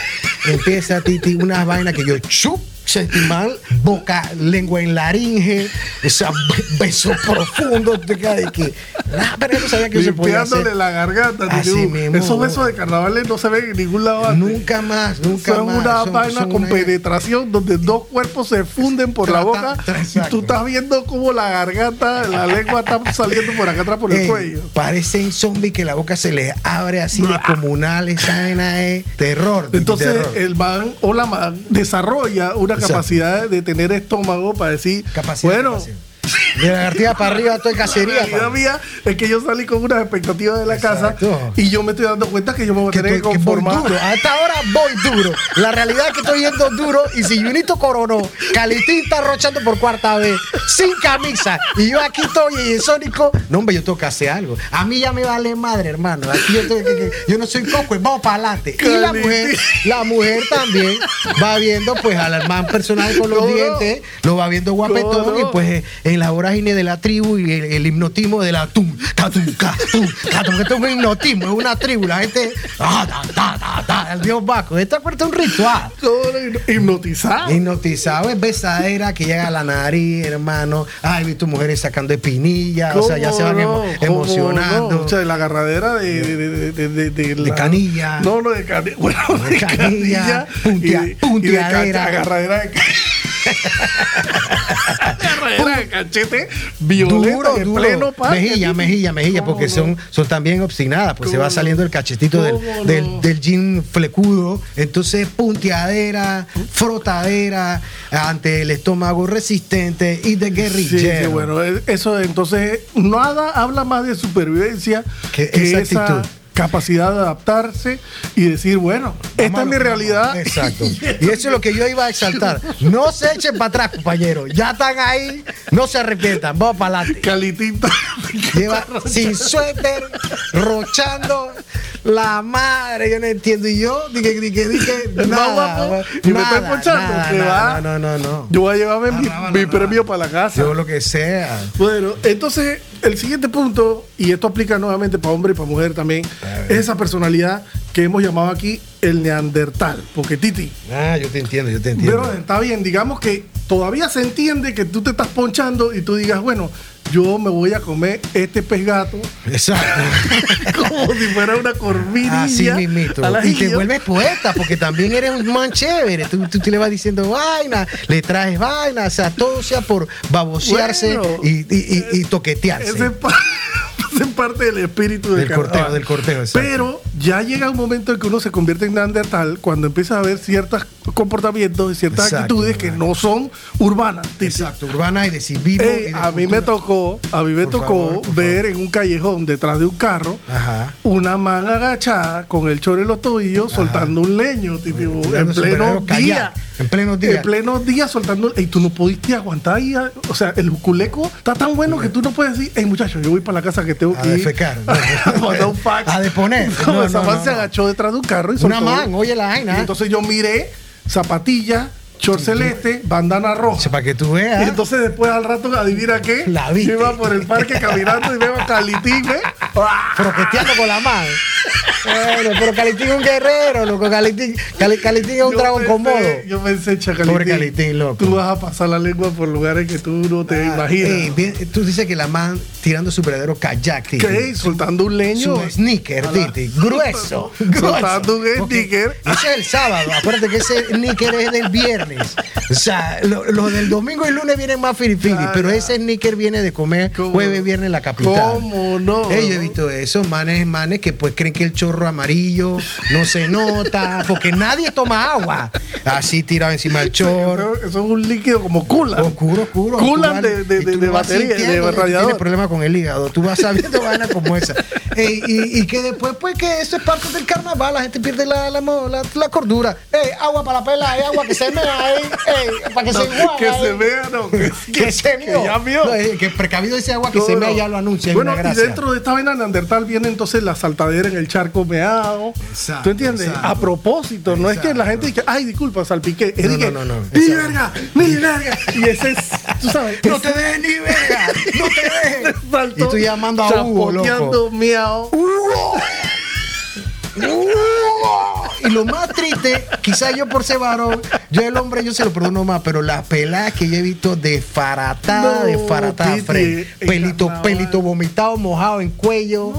S2: empieza Titi unas vainas que yo chup. Sentí mal, boca, lengua en laringe, o sea, be- beso profundo, te queda de que, nah, pero yo no sabía que eso se podía hacer.
S1: Limpiándole la garganta.
S2: Así
S1: Titibú.
S2: mismo,
S1: Esos
S2: güey.
S1: besos de carnavales no se ven en ningún lado. antes.
S2: Nunca más, nunca
S1: son
S2: más.
S1: una
S2: Son-
S1: vaina
S2: son
S1: con
S2: una-
S1: penetración donde dos cuerpos se funden por la
S2: Tra-
S1: boca
S2: tra-
S1: y tú
S2: exacto.
S1: estás viendo como la garganta, la lengua está saliendo por acá atrás por el
S2: Ey,
S1: cuello.
S2: Parecen zombies que la boca se les abre así de comunal, esa vaina es terror.
S1: Entonces
S2: terror.
S1: el man o la man desarrolla una
S2: Exacto.
S1: capacidad de tener estómago para decir,
S2: Capacidad,
S1: bueno,
S2: capacidad. de la lagartija para arriba, estoy
S1: la
S2: cacería.
S1: realidad
S2: pa.
S1: mía es que yo salí con unas expectativas de la casa
S2: Exacto.
S1: y yo me estoy dando cuenta que yo me voy a
S2: Que,
S1: tener que
S2: estoy- que voy
S1: conformar.
S2: duro. Hasta ahora voy duro. La realidad es que estoy yendo duro. Y si Junito coronó, Calitín está rochando por cuarta vez, sin camisa. Y yo aquí estoy en Sónico. No, hombre, yo tengo que hacer algo. A mí ya me vale madre, hermano. Aquí yo, tengo que- yo no soy coco, vamos para adelante. Y la
S1: Calitín.
S2: mujer, la mujer también va viendo pues al hermano personal con los
S1: No, no.
S2: dientes, lo va viendo guapetón
S1: No, no.
S2: y pues eh, en la vorágine de la tribu y el, el hipnotismo de la tum, ta, tum, ca, tum, ca, tum, que esto es un hipnotismo, es una tribu, la gente, ah, da, da, da, da, el dios vasco, esta parte es un ritual.
S1: Todo lo hipnotizado.
S2: Eh, Hipnotizado es besadera que llega a la nariz, hermano. Ay, vi tus mujeres sacando espinillas, o sea, ya se van
S1: ¿Cómo
S2: emo-
S1: no? ¿Cómo
S2: emocionando.
S1: no? O sea, la agarradera de, de, de, de, de- de la-
S2: canilla.
S1: No, no, de canilla. <laughs> Bueno, de,
S2: De
S1: canilla.
S2: canilla,
S1: y
S2: puntea-
S1: de- y de
S2: punteadera.
S1: cacha- agarradera
S2: <laughs>
S1: de Agarradera de cachete violenta
S2: Duro,
S1: en
S2: duro.
S1: pleno parque.
S2: Mejilla, mejilla, mejilla,
S1: ¿Cómo
S2: porque
S1: no?
S2: son, son también obstinadas, pues se
S1: ¿Cómo
S2: va
S1: no?
S2: saliendo el cachetito del,
S1: ¿Cómo no?
S2: del, del jean flecudo. Entonces, punteadera, frotadera, ante el estómago resistente y de
S1: Sí, sí,
S2: guerrillero.
S1: bueno, es- eso entonces nada habla más de supervivencia que,
S2: Que esa
S1: esa
S2: actitud.
S1: capacidad de adaptarse y decir, bueno, esta
S2: Vamos a
S1: es mi
S2: lo que
S1: realidad.
S2: vamos.
S1: <laughs>
S2: Exacto. Y eso es lo que yo iba a exaltar. No se echen para atrás, compañero. Ya están ahí, no se arrepientan. Vamos para adelante.
S1: Calitita.
S2: Lleva sin suéter, rochando la madre, yo no entiendo. Y yo, dije, dije,
S1: <laughs>
S2: dije,
S1: El más
S2: nada,
S1: guapo,
S2: nada,
S1: y me estoy ponchando,
S2: nada,
S1: que
S2: nada,
S1: va.
S2: No, no, no, no.
S1: <laughs> Yo voy a llevarme mi,
S2: Arraba,
S1: mi
S2: arraba.
S1: premio para la casa.
S2: Yo lo que sea.
S1: Bueno, entonces el siguiente punto, y esto aplica nuevamente para hombre y para mujer también,
S2: A ver.
S1: es esa personalidad que hemos llamado aquí el neandertal. Porque Titi,
S2: Ah, yo te entiendo, yo te entiendo.
S1: pero está bien, digamos que todavía se entiende que tú te estás ponchando y tú digas, bueno, yo me voy a comer este pez gato <laughs>
S2: Exacto.
S1: como si fuera una corvinilla.
S2: Así mismito.
S1: al
S2: Y te
S1: ajillo.
S2: vuelves poeta, porque también eres un man chévere. Tú, tú te le vas diciendo vaina, le traes vaina, o sea, todo sea por babosearse
S1: Bueno.
S2: y, y- y- y toquetearse.
S1: Ese es pa- <laughs> ese es parte del espíritu del,
S2: Del corteo,
S1: carnaval.
S2: del corteo, exacto.
S1: Pero ya llega un momento en que uno se convierte en neandertal cuando empieza a ver ciertos comportamientos y ciertas
S2: Exacto,
S1: actitudes que
S2: hermano.
S1: no son urbanas. Dice,
S2: Exacto, urbana y de civismo
S1: "Ey,
S2: y de
S1: Eh, a mí me
S2: cultura.
S1: tocó, a mí me
S2: Por
S1: tocó
S2: favor, por
S1: ver en un callejón detrás de un carro
S2: Ajá.
S1: una man agachada con el chorro en los tobillos soltando un leño, tipo, en
S2: Dando su
S1: pleno
S2: verdadero
S1: día.
S2: kayak, en pleno día.
S1: En pleno día soltando. Y tú no pudiste aguantar ahí. ah, O sea, el culeco está tan <laughs> bueno que tú no puedes decir, hey muchacho, yo voy para la casa que tengo
S2: A
S1: que ir.
S2: defecar, no.
S1: a mandar un fax.
S2: A deponer. No,
S1: el
S2: no,
S1: Samán
S2: no,
S1: se
S2: no.
S1: agachó detrás de un carro y
S2: Una
S1: soltó.
S2: man, oye la
S1: Y
S2: vaina.
S1: entonces yo miré zapatilla, short celeste, bandana
S2: O sea,
S1: roja.
S2: para que tú
S1: Y
S2: veas.
S1: entonces después al rato, adivina qué,
S2: Ah. La viste.
S1: yo iba por el parque caminando y veo a Carlitín,
S2: <laughs>
S1: ¿eh? ¡Ah!
S2: Proqueteando con la mano. Bueno, pero Calitín es un guerrero, loco. Calitín, Cali- Calitín es un
S1: Yo
S2: dragón
S1: pensé-
S2: cómodo.
S1: Yo pensé, Chacalitín.
S2: Pobre Calitín, loco.
S1: Tú vas a pasar la lengua por lugares que tú no te imaginas.
S2: Eh, bien, tú dices que la man tirando su verdadero kayak. eh, Titi.
S1: ¿Qué? Soltando un leño.
S2: Su sneaker,
S1: A la-
S2: Titi.
S1: <laughs>
S2: Grueso.
S1: Soltando
S2: grueso.
S1: un
S2: Porque
S1: sneaker.
S2: Ese es el sábado. Acuérdate que ese sneaker es del viernes. O sea, lo- los del domingo y lunes vienen más firifiri.
S1: Ya,
S2: pero
S1: ya.
S2: ese sneaker viene de comer
S1: ¿Cómo?
S2: jueves, viernes en la capital.
S1: ¿Cómo no?
S2: Eh, yo he visto eso. Manes, manes que pues creen que el chorro amarillo no se nota. Porque nadie toma agua. Así tirado
S1: <laughs>
S2: encima del chorro.
S1: Eso, eso es un líquido como coolant.
S2: Oscuro, oscuro.
S1: Coolant
S2: Tú vas-
S1: de, de,
S2: y tú
S1: de, de
S2: vas
S1: batería, de
S2: sintiendo que tú Tienes
S1: radiador.
S2: problemas con el hígado. Tú vas sabiendo <laughs> vainas como esa. Ey, y, y que después, pues, que eso es parte del carnaval. La gente pierde la, la, mo- la- la cordura. Ey, agua para la pela, ey, agua que se mea, ahí, para que
S1: No,
S2: se iguala.
S1: que se
S2: ey.
S1: vea, no. Que,
S2: Que se
S1: que
S2: vio.
S1: ya vio.
S2: No, ey, que precavido ese agua que
S1: No,
S2: se mea
S1: no.
S2: ya lo anuncia.
S1: Bueno,
S2: una
S1: y
S2: gracia.
S1: dentro de esta vaina neandertal viene entonces la saltadera en el charco meado.
S2: Exacto,
S1: ¿Tú entiendes?
S2: exacto.
S1: A propósito, no es que la gente dice, ay, disculpa, salpiqué. Es
S2: No,
S1: de que,
S2: no, no, no,
S1: mi
S2: exacto.
S1: verga, mi verga. Y ese es, tú
S2: <laughs>
S1: sabes,
S2: No te dejes ni
S1: <laughs>
S2: verga. No te dejes.
S1: saltó
S2: Y tú llamando a Hugo, loco.
S1: chapoteando, miau.
S2: Y lo más triste, quizás yo por ser varón, yo el hombre yo se lo perdono más, pero las peladas que yo he visto desfaratada,
S1: No,
S2: desfaratada,
S1: Titi, eh.
S2: Fred.
S1: en
S2: Pelito,
S1: carnaval.
S2: pelito vomitado, mojado en cuello,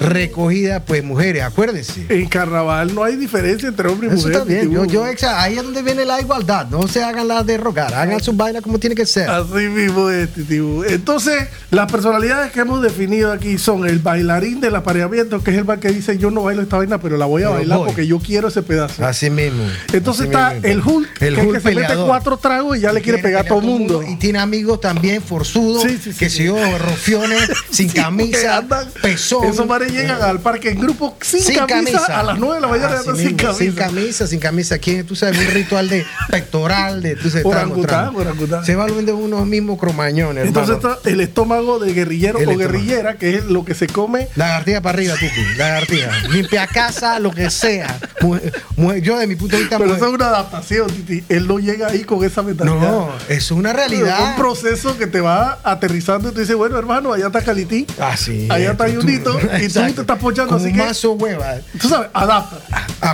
S2: recogida, pues mujeres, acuérdense.
S1: En carnaval no hay diferencia entre hombre y
S2: Eso
S1: mujer.
S2: está bien, yo,
S1: Titiburcio.
S2: yo, exa- ahí es donde viene la igualdad, no se hagan las de rogar, hagan sus vainas como tiene que ser.
S1: Así mismo es, Titibu. Entonces, las personalidades que hemos definido aquí son el bailarín del apareamiento, que es el man que dice yo no bailo esta vaina, pero la voy a
S2: Pero
S1: bailar
S2: voy.
S1: porque yo quiero ese pedazo.
S2: Así mismo.
S1: Entonces
S2: así
S1: está
S2: mismo.
S1: el Hulk, que es que se mete
S2: peleador.
S1: cuatro tragos y ya le quiere pegar a todo el mundo. <laughs>
S2: Y tiene amigos también forzudos,
S1: Sí, sí, sí,
S2: que
S1: sí.
S2: se yo,
S1: <laughs>
S2: rofiones, sin
S1: Que
S2: camisa,
S1: andan-
S2: pezón.
S1: Esos mares llegan al parque en grupo sin, camisa, a las 9 de la mañana
S2: Así
S1: andan sin
S2: Ah, mismo,
S1: camisa.
S2: Sin camisa, sin camisa. Aquí, tú sabes, un ritual de pectoral, de tú sabes, estaba
S1: Orangután,
S2: mostrando.
S1: orangután.
S2: Se valen de unos mismos cromañones,
S1: Entonces
S2: hermano.
S1: está el estómago de guerrillero
S2: El
S1: o
S2: estómago.
S1: guerrillera, que es lo que se come
S2: Lagartija para arriba, Tuti, lagartija. Limpia casa, lo que sea. Mujer- mujer- yo, de mi punto de vista,
S1: Pero
S2: mujer-
S1: eso es una adaptación, Titi. Él no llega ahí con esa mentalidad.
S2: no, es una realidad.
S1: Es un proceso que te va aterrizando y tú dices, bueno, hermano, allá está Calití.
S2: Así.
S1: Allá está Junito, y tú te
S2: Exacto.
S1: estás pochando,
S2: Como
S1: así
S2: un
S1: que-
S2: mazo hueva.
S1: Tú sabes, adapta.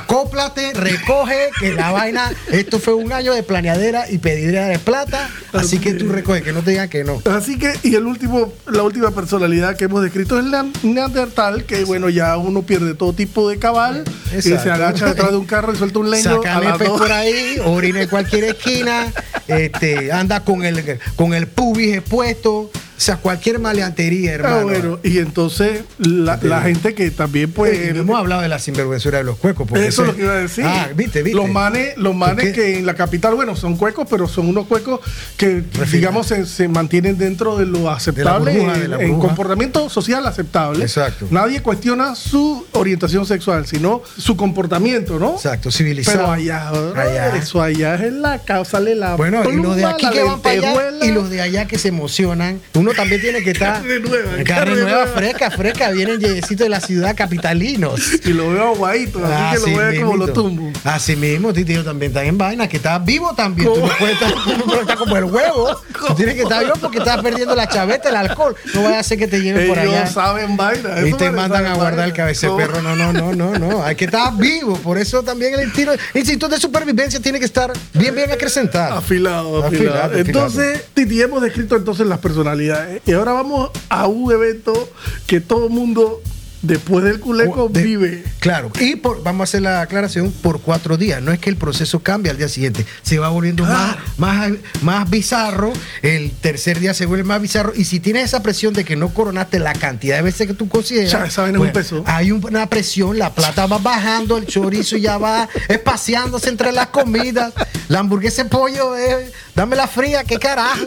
S2: Acóplate, recoge, que la vaina. Esto fue un año de planeadera y pedidera de plata. Así que tú recoge, que no te digan que no.
S1: Así que, y el último, la última personalidad que hemos descrito es la Neandertal, que bueno, ya uno pierde todo tipo de cabal, y
S2: Exacto.
S1: se agacha detrás de un carro y suelta un leño a
S2: Saca
S1: las
S2: nepes
S1: dos.
S2: por ahí, orina en cualquier esquina, este, anda con el, con el pubis expuesto. O sea, cualquier maleantería,
S1: Ah,
S2: hermano.
S1: bueno, y entonces la, la gente que también pues...
S2: Eh, hemos hablado de la sinvergüenzura de los cuecos. porque
S1: Eso es lo que iba a decir.
S2: Ah, viste, viste.
S1: Los manes, los manes
S2: ¿Qué?
S1: que en la capital, bueno, son cuecos, pero son unos cuecos que,
S2: Refina.
S1: digamos, se, se mantienen dentro de lo aceptable,
S2: burbuja, de
S1: en,
S2: la
S1: en
S2: burbuja.
S1: comportamiento social aceptable.
S2: Exacto.
S1: Nadie cuestiona su orientación sexual, sino su comportamiento, ¿no?
S2: Exacto, civilizado.
S1: Pero allá,
S2: Allá.
S1: eso allá es en la causa, sale la
S2: Bueno, y los de
S1: Ah, pluma,
S2: aquí
S1: la
S2: que van para allá
S1: lentejuela.
S2: y los de allá que se emocionan. Uno también tiene que estar.
S1: Carne nueva,
S2: Carne
S1: carne
S2: nueva,
S1: nueva.
S2: fresca, fresca. Vienen lleguecitos de la ciudad capitalinos.
S1: Y lo veo aguadito, así
S2: Ah,
S1: que lo veo como lo
S2: mismito.
S1: tumbo.
S2: Así mismo, Titi, yo también está en vaina, que estás vivo también. Tú
S1: ¿Cómo?
S2: no puedes estar, tú no puedes estar como el huevo. Tú tienes que estar vivo porque estás perdiendo la chaveta, el alcohol. No vaya a ser que te lleven
S1: Ellos
S2: por allá.
S1: saben vaina.
S2: Y
S1: esos
S2: te
S1: manes
S2: mandan a
S1: saben
S2: guardar el
S1: vaina.
S2: cabeza
S1: No.
S2: perro. No, no, no, no, no. Hay que estar vivo. Por eso también el instinto, el instinto de supervivencia tiene que estar bien, bien acrecentado.
S1: Afilado, afilado.
S2: Afilado, afilado.
S1: Entonces, Titi, hemos descrito entonces las personalidades. ¿eh? Y ahora vamos a un evento que todo mundo, después del culeco,
S2: De-
S1: vive.
S2: Claro, y por, vamos a hacer la aclaración por cuatro días. No es que el proceso cambie al día siguiente, se va volviendo
S1: Ah.
S2: más, más, más bizarro. El tercer día se vuelve más bizarro. Y si tienes esa presión de que no coronaste la cantidad de veces que tú consideras,
S1: Ya, esa vaina es un peso.
S2: hay un- una presión, la plata va bajando, el chorizo ya va espaciándose entre las comidas. La hamburguesa de pollo, eh, dame la fría, qué carajo.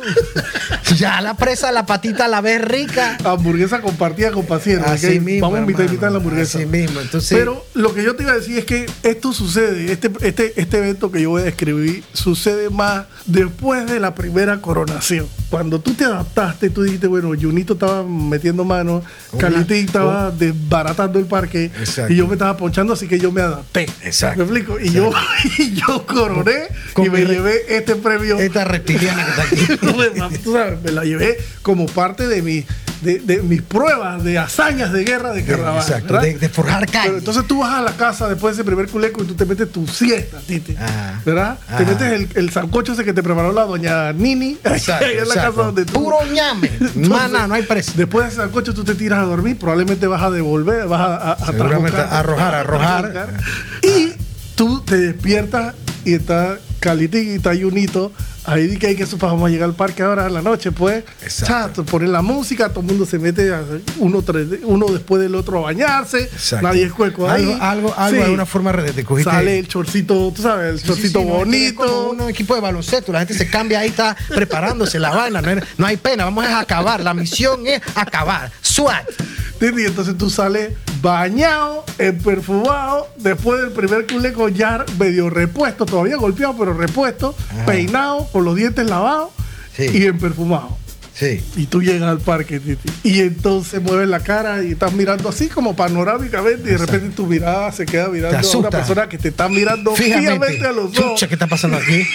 S2: ya la presa, la patita la ves rica.
S1: Hamburguesa compartida con pacientes.
S2: Así
S1: ¿ok?
S2: mismo,
S1: Vamos a mitad y mitad en la
S2: hermano,
S1: hamburguesa.
S2: así mismo, entonces-
S1: Pero lo que yo te iba a decir es que esto sucede, este, este, este evento que yo voy a describir, sucede más después de la primera coronación. Cuando tú te adaptaste, tú dijiste, bueno, Junito estaba metiendo mano,
S2: Una-
S1: Calitín estaba desbaratando el parque
S2: Oh. Exacto.
S1: y yo me estaba ponchando, así que yo me adapté.
S2: Exacto.
S1: ¿Me explico? Y, yo, <laughs> y yo coroné
S2: Con
S1: y me
S2: mi re-
S1: llevé este premio.
S2: Esta reptiliana que está
S1: <laughs> No,
S2: aquí.
S1: de más, tú sabes, me la llevé como parte de, mi, de, de mis pruebas de hazañas de guerra de Carnaval.
S2: Exacto,
S1: ¿verdad?
S2: de, de forjar
S1: Pero
S2: calle.
S1: entonces tú vas a la casa después de ese primer culeco y tú te metes tu siesta, Titi.
S2: Ajá.
S1: ¿Verdad? Te
S2: Ajá.
S1: metes el, el sancocho ese que te preparó la doña Nini. <laughs>
S2: Exacto,
S1: ahí en la
S2: exacto.
S1: casa donde tú.
S2: Puro ñame.
S1: Entonces,
S2: Mana, no hay precio.
S1: Después de ese sancocho tú te tiras a dormir, probablemente vas a devolver, vas a, a, a
S2: Seguramente
S1: trabucar,
S2: a arrojar, a arrojar.
S1: Y tú te despiertas y está Calitín y está Junito. Ahí di que hay que supa, vamos a llegar al parque ahora en la noche, pues.
S2: Exacto.
S1: Chato, ponen la música, todo el mundo se mete a- uno, tras- uno después del otro a bañarse.
S2: Exacto.
S1: Nadie es cueco ahí.
S2: Algo, algo, algo
S1: Sí.
S2: de alguna forma re- te cogiste.
S1: Sale el chorcito, tú sabes, el
S2: Sí, sí,
S1: chorcito
S2: sí, no, es
S1: bonito.
S2: como un equipo de baloncesto, la gente se cambia ahí, está preparándose la vaina. No, hay- no hay pena, vamos a acabar. La misión es acabar. SWAT.
S1: ¿Entiendes? Y entonces tú sales bañado, perfumado, después del primer culeco ya medio repuesto, todavía golpeado, pero repuesto,
S2: Ajá.
S1: peinado, con los dientes lavados
S2: Sí.
S1: y emperfumado.
S2: Sí.
S1: Y tú llegas al parque, Titi. Y entonces mueves la cara y estás mirando así como panorámicamente y de repente tu mirada se queda mirando a una
S2: asusta.
S1: persona que te está mirando fijamente
S2: Fíjate,
S1: a los ojos.
S2: chucha, ¿qué está
S1: <laughs>
S2: pasando aquí? Ey,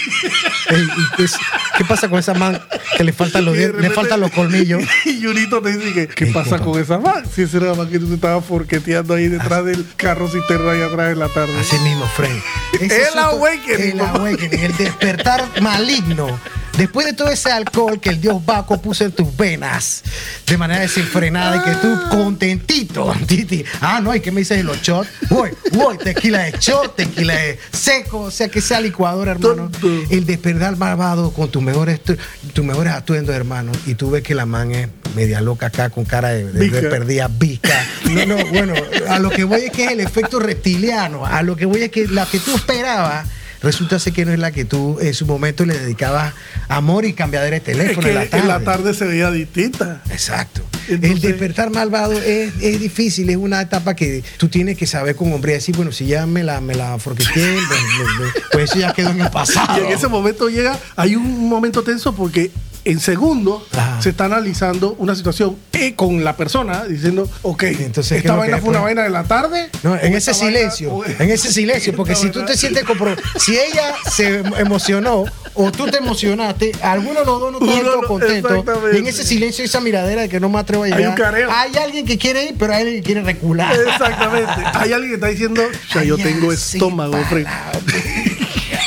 S2: y es- ¿Qué pasa con esa man que le faltan los
S1: Y de
S2: dientes, le
S1: repente-
S2: faltan los colmillos?
S1: <laughs> Y Yurito te dice que, ¿qué
S2: Ey,
S1: pasa
S2: compa.
S1: con esa man? Si esa era la man que tú te estabas forqueteando ahí detrás del carro cisterna ahí atrás en la tarde.
S2: Así mismo, Frank.
S1: El
S2: Ese es otro-
S1: awakening,
S2: El
S1: papá.
S2: awakening, el despertar maligno. Después de todo ese alcohol que el dios Baco puso en tus venas de manera desenfrenada y que tú contentito, Titi. Ah, no, ¿y qué me dices de los shots? Voy, voy, tequila de shot, tequila de seco, o sea que sea licuadora, hermano.
S1: Tonto.
S2: El despertar malvado con tus mejores, tu- tus mejores atuendos, hermano. Y tú ves que la man es media loca acá con cara de, de- de
S1: Bica.
S2: perdida, bica. No, no, bueno, a lo que voy es que es el efecto reptiliano. A lo que voy es que la que tú esperabas. Resulta ser que no es la que tú en su momento le dedicabas amor y cambiadera de
S1: Es
S2: teléfono
S1: que
S2: en la tarde.
S1: se veía distinta.
S2: Exacto. el
S1: Entonces-
S2: despertar malvado es, es difícil, es una etapa que tú tienes que saber con hombre decir, bueno, si ya me la, me la forqueteé, <laughs> me- me- me- pues eso ya quedó en el pasado.
S1: Y en ese momento llega, hay un momento tenso porque en segundos
S2: Ajá.
S1: se está analizando una situación eh, con la persona diciendo, ok,
S2: Entonces, ¿qué es
S1: esta
S2: lo que
S1: vaina fue
S2: después?
S1: una vaina de la tarde.
S2: No, en
S1: o
S2: ese
S1: esta vaina-
S2: silencio,
S1: o- <laughs>
S2: en ese silencio, porque
S1: esta
S2: si tú
S1: vaina-
S2: te sientes compro, si ella se emocionó o tú te emocionaste, alguno de los dos no está del
S1: Uno
S2: todo
S1: no-
S2: contento.
S1: exactamente.
S2: Y en ese silencio, esa miradera de que no me atrevo a
S1: Hay
S2: llegar.
S1: un careo.
S2: Hay alguien que quiere ir, pero hay alguien que quiere recular. <laughs>
S1: Exactamente. Hay alguien que está diciendo, ya yo
S2: Ay,
S1: tengo
S2: ya,
S1: estómago,
S2: sí,
S1: Fred.
S2: para la-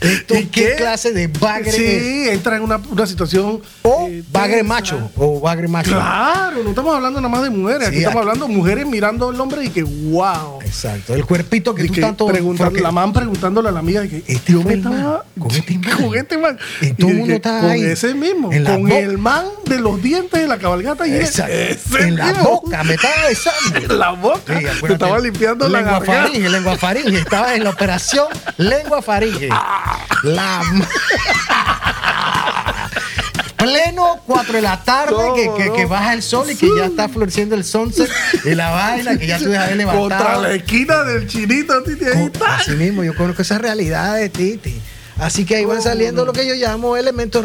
S2: ¿Esto
S1: ¿Y
S2: qué, clase de bagre es?
S1: Sí, entra en una, una situación.
S2: O
S1: eh,
S2: bagre
S1: tensa.
S2: macho. O bagre macho.
S1: Claro, no estamos hablando nada más de mujeres.
S2: Sí,
S1: aquí estamos
S2: aquí-
S1: hablando de mujeres mirando al hombre y que, wow.
S2: Exacto. El cuerpito que
S1: Y
S2: tú
S1: que
S2: tanto
S1: preguntan-
S2: porque-
S1: la man preguntándole a la amiga que
S2: Este
S1: yo
S2: fue
S1: me
S2: el man,
S1: estaba
S2: con este man.
S1: <laughs> con este man.
S2: Y todo el
S1: yo
S2: mundo
S1: dije,
S2: estaba
S1: con
S2: ahí,
S1: ese mismo
S2: en la
S1: con
S2: boca.
S1: el man de los dientes de la cabalgata y era
S2: Exacto.
S1: ese
S2: En la
S1: mismo.
S2: boca, me estaba
S1: <laughs>
S2: besando.
S1: en la boca
S2: Sí, acuérdate,
S1: te estaba limpiando la
S2: lengua
S1: garganta
S2: faringe, lengua faringe. Estaba en la operación lengua faringe. La m- Pleno 4 de la tarde,
S1: ¿Cómo
S2: que, que-
S1: no?
S2: que baja el sol y que ya está floreciendo el sunset y la vaina que ya tú dejas
S1: <laughs>
S2: de
S1: contra
S2: levantar.
S1: la esquina del chinito Titi, ahí está.
S2: Así mismo, yo conozco esas realidades, Titi. Así que ahí van
S1: ¿Cómo
S2: saliendo
S1: no?
S2: lo que yo llamo elementos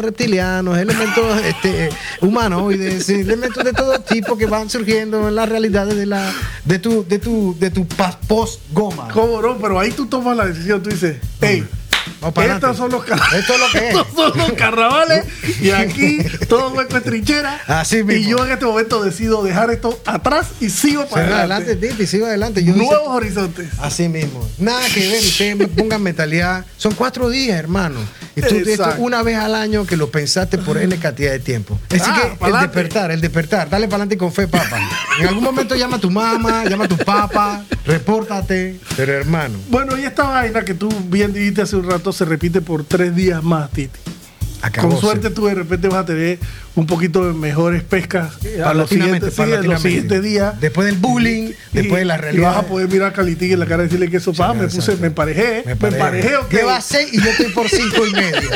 S1: <laughs>
S2: reptilianos, elementos este, humanoides, elementos de todo tipo que van surgiendo en las realidades de la de tu de tu de tu pas- post goma.
S1: ¿Cómo no? Pero ahí tú tomas la decisión, tú dices, hey,
S2: Vamos para
S1: estos
S2: adelante.
S1: son los carnavales.
S2: Esto es lo que es.
S1: <laughs> Estos son los carnavales y
S2: <laughs>
S1: aquí todo hueco es trinchera.
S2: Así
S1: Y
S2: mismo.
S1: yo en este momento decido dejar esto atrás y sigo
S2: Sigue
S1: para adelante.
S2: adelante, Titi, sigue adelante. Yo hice-
S1: Nuevos horizontes.
S2: Así mismo. Nada que ver, ustedes me pongan mentalidad. Son cuatro días, hermano. Y tú tienes
S1: Exacto.
S2: una vez al año que lo pensaste por N cantidad de tiempo. Así
S1: Ah,
S2: que el
S1: pa'lante.
S2: despertar, el despertar. Dale para adelante con fe, papá. En algún momento llama a tu mamá, llama a tu papá, repórtate. Pero hermano,
S1: Bueno, y esta vaina que tú bien dijiste hace un rato se repite por tres días más, Titi.
S2: acabó.
S1: Con suerte tú de repente vas a tener un poquito de mejores pescas eh, a los
S2: Paulatinamente,
S1: siguientes, sí, a los
S2: paulatinamente.
S1: siguientes días.
S2: Después del bullying,
S1: Y-
S2: después de la
S1: Y vas
S2: realidad.
S1: a poder mirar a Calitín en la cara y decirle que eso, pa, me
S2: Exacto.
S1: puse, me emparejé, me
S2: paré.
S1: emparejé, ok.
S2: Lleva seis y yo estoy por cinco y medio.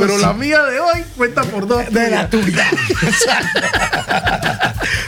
S1: <laughs> Pero la
S2: cinco. <laughs>
S1: mía de hoy cuenta por dos.
S2: de la
S1: días.
S2: tuya. Exacto.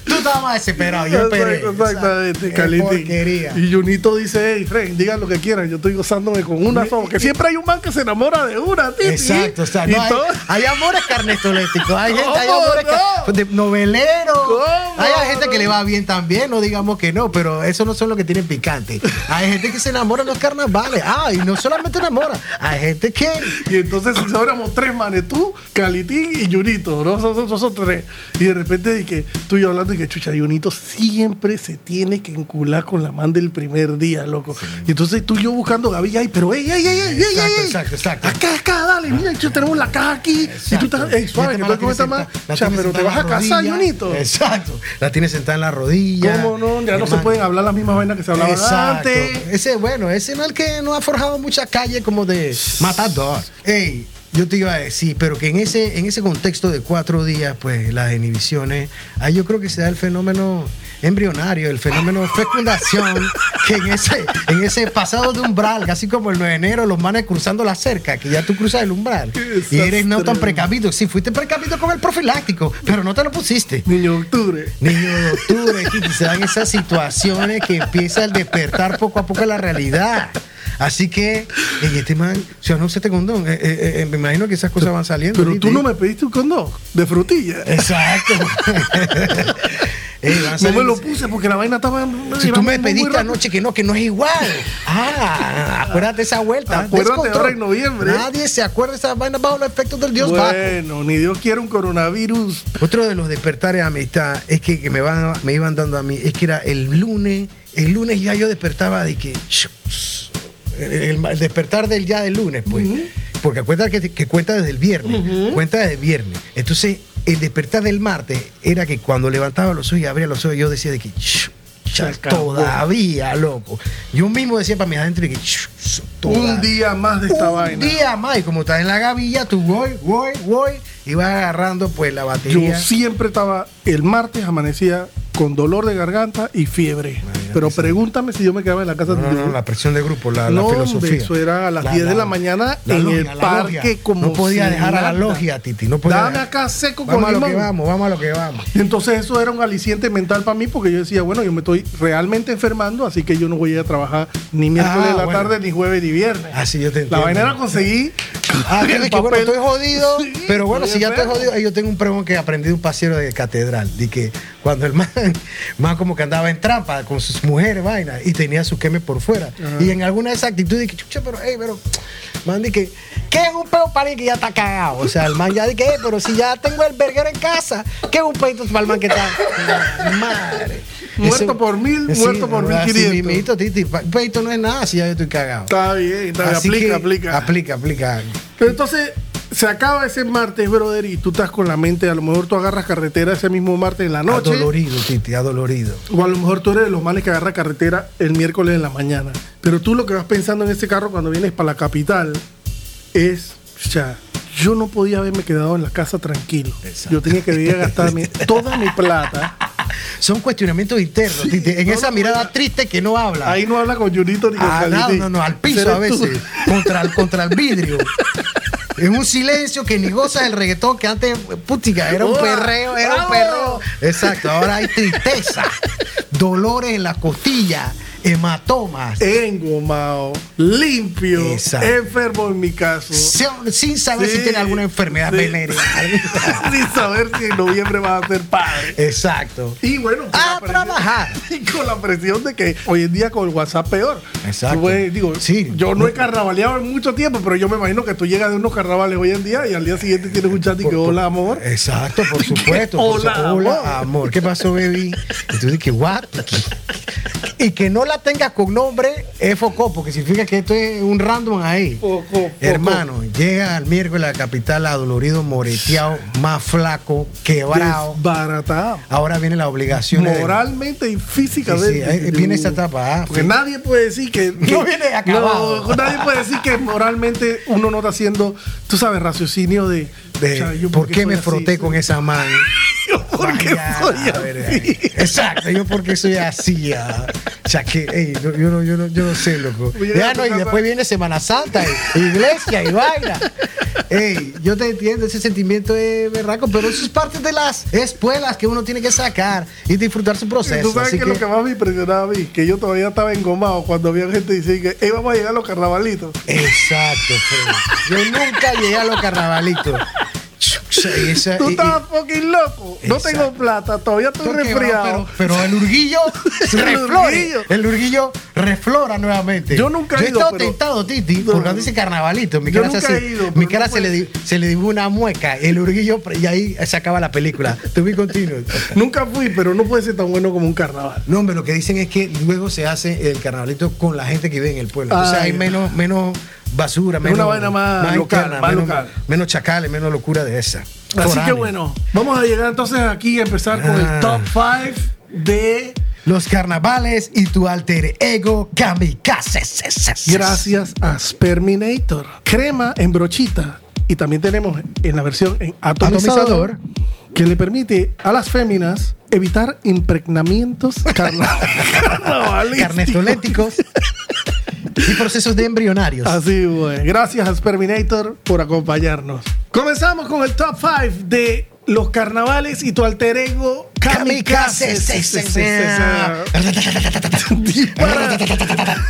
S2: Tú estás estaba más desesperado. Yo esperé.
S1: Exacto, Exactamente,
S2: Qué
S1: Calitín.
S2: porquería.
S1: Y Junito dice, hey, Ren, digan lo que quieran, yo estoy gozándome con una sola. Que siempre hay un man que se enamora de una, Titi.
S2: Exacto, o sea,
S1: Y
S2: no hay,
S1: todo-
S2: hay amores carnestoléticos, hay gente, hay
S1: ¿Cómo
S2: amores car-
S1: no?
S2: de noveleros,
S1: ¿Cómo
S2: hay gente que
S1: no?
S2: le va bien también, no digamos que no, pero eso no son los que tienen picante. Hay gente que se enamora en los carnavales, ah, y no solamente enamora, hay gente que
S1: Y entonces si éramos tres manes, tú, Calitín y Junito, ¿no? Nosotros nosotros tres. Y de repente de que tú y yo hablando y que chucha, Junito siempre se tiene que encular con la man del primer día, loco. Y entonces tú y yo buscando Gavilla, pero ey, ey, ey, ey, ey,
S2: Exacto,
S1: ey,
S2: exacto, exacto.
S1: Acá, acá, dale, mira, yo tenemos la caja aquí. Y tú estás, ey, suave, que tú
S2: Exacto.
S1: con esta man.
S2: La
S1: O sea,
S2: tiene
S1: pero te
S2: sentada
S1: vas a
S2: en la
S1: casar,
S2: rodilla.
S1: Junito.
S2: Exacto, la tiene sentada en la rodilla.
S1: ¿Cómo no? Ya no se
S2: Hermano.
S1: pueden hablar las mismas vainas que se hablaban
S2: Exacto.
S1: antes.
S2: Ese, bueno, ese no es el que no ha forjado mucha calle como de matador. Ey, yo te iba a decir, pero que en ese, en ese contexto de cuatro días, pues las inhibiciones, ahí yo creo que se da el fenómeno embrionario, el fenómeno
S1: <laughs>
S2: fecundación, que en ese, en ese pasado de umbral, casi como el 9 de enero, los manes cruzando la cerca, que ya tú cruzas el umbral.
S1: Qué
S2: Y eres no tan
S1: desastre.
S2: precavido. Sí, fuiste precavido con el profiláctico, pero no te lo pusiste.
S1: Niño de octubre.
S2: Niño de octubre, Kitty, se dan esas situaciones que empieza el despertar poco a poco la realidad. Así que, en este man, si no se te condón, eh, eh, eh, me imagino que esas cosas van saliendo.
S1: Pero
S2: Kitty.
S1: tú no me pediste un condón de frutilla. <laughs>
S2: Exacto. Eh, van
S1: No me
S2: saliendo-
S1: lo puse porque la vaina estaba.
S2: Si tú me
S1: pediste
S2: pediste anoche que no, que no es igual. Ah, acuérdate de esa vuelta.
S1: Acuérdate
S2: Descontrol.
S1: ahora en noviembre.
S2: Nadie se acuerda de esas vainas bajo los efectos del Dios Baco.
S1: Bueno, ni Dios quiere un coronavirus.
S2: Otro de los despertares de amistad es que, que me, van- me iban dando a mí, es que era el lunes, el lunes ya yo despertaba de que... shucks, El, el- el despertar del ya del lunes, pues. Porque acuérdate que, que cuenta desde el viernes, cuenta desde el viernes. Entonces, el despertar del martes era que cuando levantaba los ojos y abría los ojos, yo decía de que... shucks,
S1: Se acabó.
S2: todavía, loco. Yo mismo decía para mis adentro de que... shucks, todavía
S1: Un día más de esta
S2: un
S1: vaina.
S2: día más. Y como estás en la gavilla, tú voy, voy, voy. Y vas agarrando pues la batería.
S1: Yo siempre estaba. El martes amanecía con dolor de garganta y fiebre.
S2: Imagínate
S1: Pero
S2: eso.
S1: pregúntame si yo me quedaba en la casa
S2: No, no, no, la presión de grupo, la, la
S1: No, hombre,
S2: filosofía.
S1: eso era a las 10 de la mañana en el
S2: la
S1: parque como
S2: No podía
S1: si
S2: dejar a
S1: nada.
S2: la logia, Titi. No podía
S1: Dame
S2: dejar.
S1: acá seco con
S2: Vamos a lo que
S1: limón.
S2: vamos, vamos a lo que vamos.
S1: Y entonces eso era un aliciente mental para mí porque yo decía, bueno, yo me estoy realmente enfermando, así que yo no voy a ir a trabajar ni miércoles
S2: Ah,
S1: de la
S2: bueno.
S1: tarde, ni jueves, ni viernes.
S2: Así Ah, yo te
S1: La
S2: entiendo.
S1: vaina era conseguir
S2: Ah,
S1: el
S2: tienes que, bueno,
S1: papel.
S2: estoy jodido,
S1: <laughs> Sí,
S2: pero bueno, si ya estoy
S1: enfermo.
S2: jodido, ahí yo tengo un primo que aprendí de un pasero de catedral, de que cuando el <laughs> man, man como que andaba en trampa con sus mujeres, vaina, y tenía su queme por fuera, y en alguna de esas actitudes, que chucha, pero, hey, pero, man, de que, ¿qué es un peo para el que ya está cagado? O sea, el man ya de que, "Ey, pero si ya tengo el verguero en casa, ¿qué es un peito para el man que está?
S1: <laughs>
S2: Madre.
S1: Muerto
S2: Ese-
S1: por mil, muerto por mil
S2: así
S1: quinientos.
S2: mismito, Titi, pa- peito no es nada si ya yo estoy cagado.
S1: Está bien, está bien,
S2: Así
S1: aplica,
S2: que-
S1: aplica.
S2: Aplica, aplica.
S1: Pero entonces se acaba ese martes, brother, y tú estás con la mente, a lo mejor tú agarras carretera ese mismo martes en la noche.
S2: Adolorido, Titi, adolorido.
S1: O a lo mejor tú eres de los males que agarra carretera el miércoles en la mañana. Pero tú lo que vas pensando en ese carro cuando vienes para la capital es, o sea, yo no podía haberme quedado en la casa tranquilo.
S2: Exacto.
S1: Yo tenía que venir a
S2: <laughs>
S1: gastarme toda mi plata.
S2: Son cuestionamientos internos, Titi. En
S1: no,
S2: esa
S1: no,
S2: mirada triste que no habla.
S1: Ahí no habla con Junito ni con
S2: Ah, no,
S1: Calitín.
S2: no, no, al piso
S1: Eres
S2: a veces.
S1: tú.
S2: Contra el, contra el vidrio. En un silencio que ni goza el reggaetón que antes, putica, era un
S1: ¡Hola!
S2: perreo, era
S1: ¡Bravo!
S2: un perreo. Exacto, ahora hay tristeza, dolores en las costillas, hematomas,
S1: <laughs> Eh, Engomado, limpio,
S2: Exacto.
S1: enfermo en mi caso.
S2: sin, sin saber
S1: Sí,
S2: si tiene alguna enfermedad
S1: sí. <laughs>
S2: venérea.
S1: Sin saber si en noviembre vas a ser padre.
S2: Exacto.
S1: Y bueno, con
S2: A
S1: la presión-
S2: trabajar.
S1: Y <laughs> con la presión de que hoy en día con el WhatsApp peor.
S2: Exacto.
S1: Tú ves, digo,
S2: Sí.
S1: yo no he carnavaleado en mucho tiempo, pero yo me imagino que tú llegas de unos carnavales hoy en día y al día siguiente tienes un chat y que hola amor.
S2: Exacto,
S1: <laughs>
S2: por supuesto. por su-
S1: Hola,
S2: hola, amor. ¿Qué pasó, baby? Y tú dices, what? Y que no la tengas con nombre es foco, porque significa que esto es un random ahí.
S1: Foco, foco.
S2: Hermano, llega al miércoles a la capital adolorido, moreteado, más flaco, quebrado.
S1: Desbaratado.
S2: Ahora viene la obligación. de-
S1: Moralmente y
S2: Sí, sí,
S1: físicamente.
S2: ahí viene esa etapa, ah,
S1: Porque
S2: sí.
S1: nadie puede decir que.
S2: No viene acabado.
S1: No, nadie puede decir que moralmente uno no está haciendo, tú sabes, raciocinio de.
S2: de
S1: o sea, yo
S2: ¿Por qué
S1: soy
S2: me
S1: así?
S2: froté con esa man?
S1: <laughs> yo porque
S2: Vaya,
S1: soy
S2: la verdad.
S1: así.
S2: Exacto, yo porque soy así. ah. O sea que, ey, no, yo, no, yo, no, yo no sé, loco.
S1: Oye,
S2: Ya
S1: la
S2: no, y
S1: toca-
S2: después viene Semana Santa, y- y iglesia y vaina. Ey, yo te entiendo, ese sentimiento es berraco, pero eso es parte de las espuelas que uno tiene que sacar y disfrutar su proceso.
S1: Tú sabes
S2: así
S1: que, lo que más me impresionaba a mí, que yo todavía estaba engomado cuando había gente diciendo que íbamos a llegar a los carnavalitos.
S2: Exacto, Freddy. Yo nunca llegué a los carnavalitos. Chucha, y esa-
S1: Tú
S2: y- y-
S1: estabas fucking loco. No
S2: Exacto.
S1: tengo plata, todavía estoy
S2: Estoy
S1: resfriado.
S2: quebrado, Pero, pero el <laughs> urguillo
S1: El
S2: reflora.
S1: urguillo.
S2: El urguillo reflora nuevamente.
S1: Yo nunca he
S2: Yo he
S1: ido,
S2: estado
S1: pero-
S2: tentado, Titi,
S1: No.
S2: porque cuando dice carnavalito, mi
S1: Yo
S2: cara, se,
S1: nunca he
S2: hace-
S1: ido, pero
S2: mi
S1: no
S2: cara se,
S1: puede
S2: le, di- se le dibujó una mueca. El urguillo, y ahí se acaba la <laughs> película. To be continued.
S1: Nunca fui, pero no puede ser tan bueno como un carnaval.
S2: No, hombre, lo que dicen es que luego se hace el carnavalito con la gente que vive en el pueblo. o sea,
S1: Ay.
S2: hay menos, menos basura,
S1: Una
S2: menos.
S1: vaina más local,
S2: interna,
S1: más
S2: menos,
S1: local.
S2: menos chacales, menos locura de esa.
S1: Así que
S2: Foráneo.
S1: bueno, vamos a llegar entonces aquí a empezar con
S2: Ah.
S1: el top 5 de
S2: Los carnavales y tu alter ego kamikaze.
S1: Gracias a Sperminator. Crema en brochita. Y también tenemos en la versión en atomizador,
S2: Atomizador.
S1: que le permite a las féminas evitar impregnamientos carna- carnavalísticos.
S2: Carnestoléticos y procesos de embrionarios.
S1: Así, güey. Gracias a Sperminator por acompañarnos. Comenzamos con el top 5 de los carnavales y tu alter ego kamikaze. <laughs> Dispara,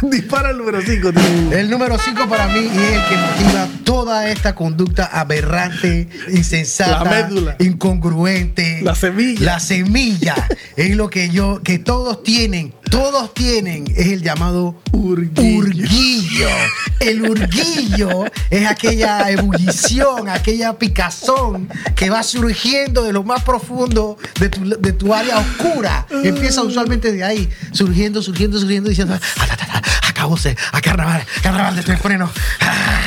S1: dispara el número 5.
S2: El número 5 para mí y es el que motiva toda esta conducta aberrante,
S1: La
S2: insensata,
S1: médula.
S2: incongruente.
S1: La semilla.
S2: La semilla es lo que yo, que todos tienen, todos tienen, es el llamado
S1: Urguillo.
S2: urguillo. El urguillo es aquella ebullición, aquella picazón que va surgiendo de lo más profundo de tu, de tu área oscura. Empieza usualmente de ahí, surgiendo, surgiendo, surgiendo, diciendo, "Ah, ta, ta, ta, acabóse, a carnaval, carnaval de tu freno. Ah,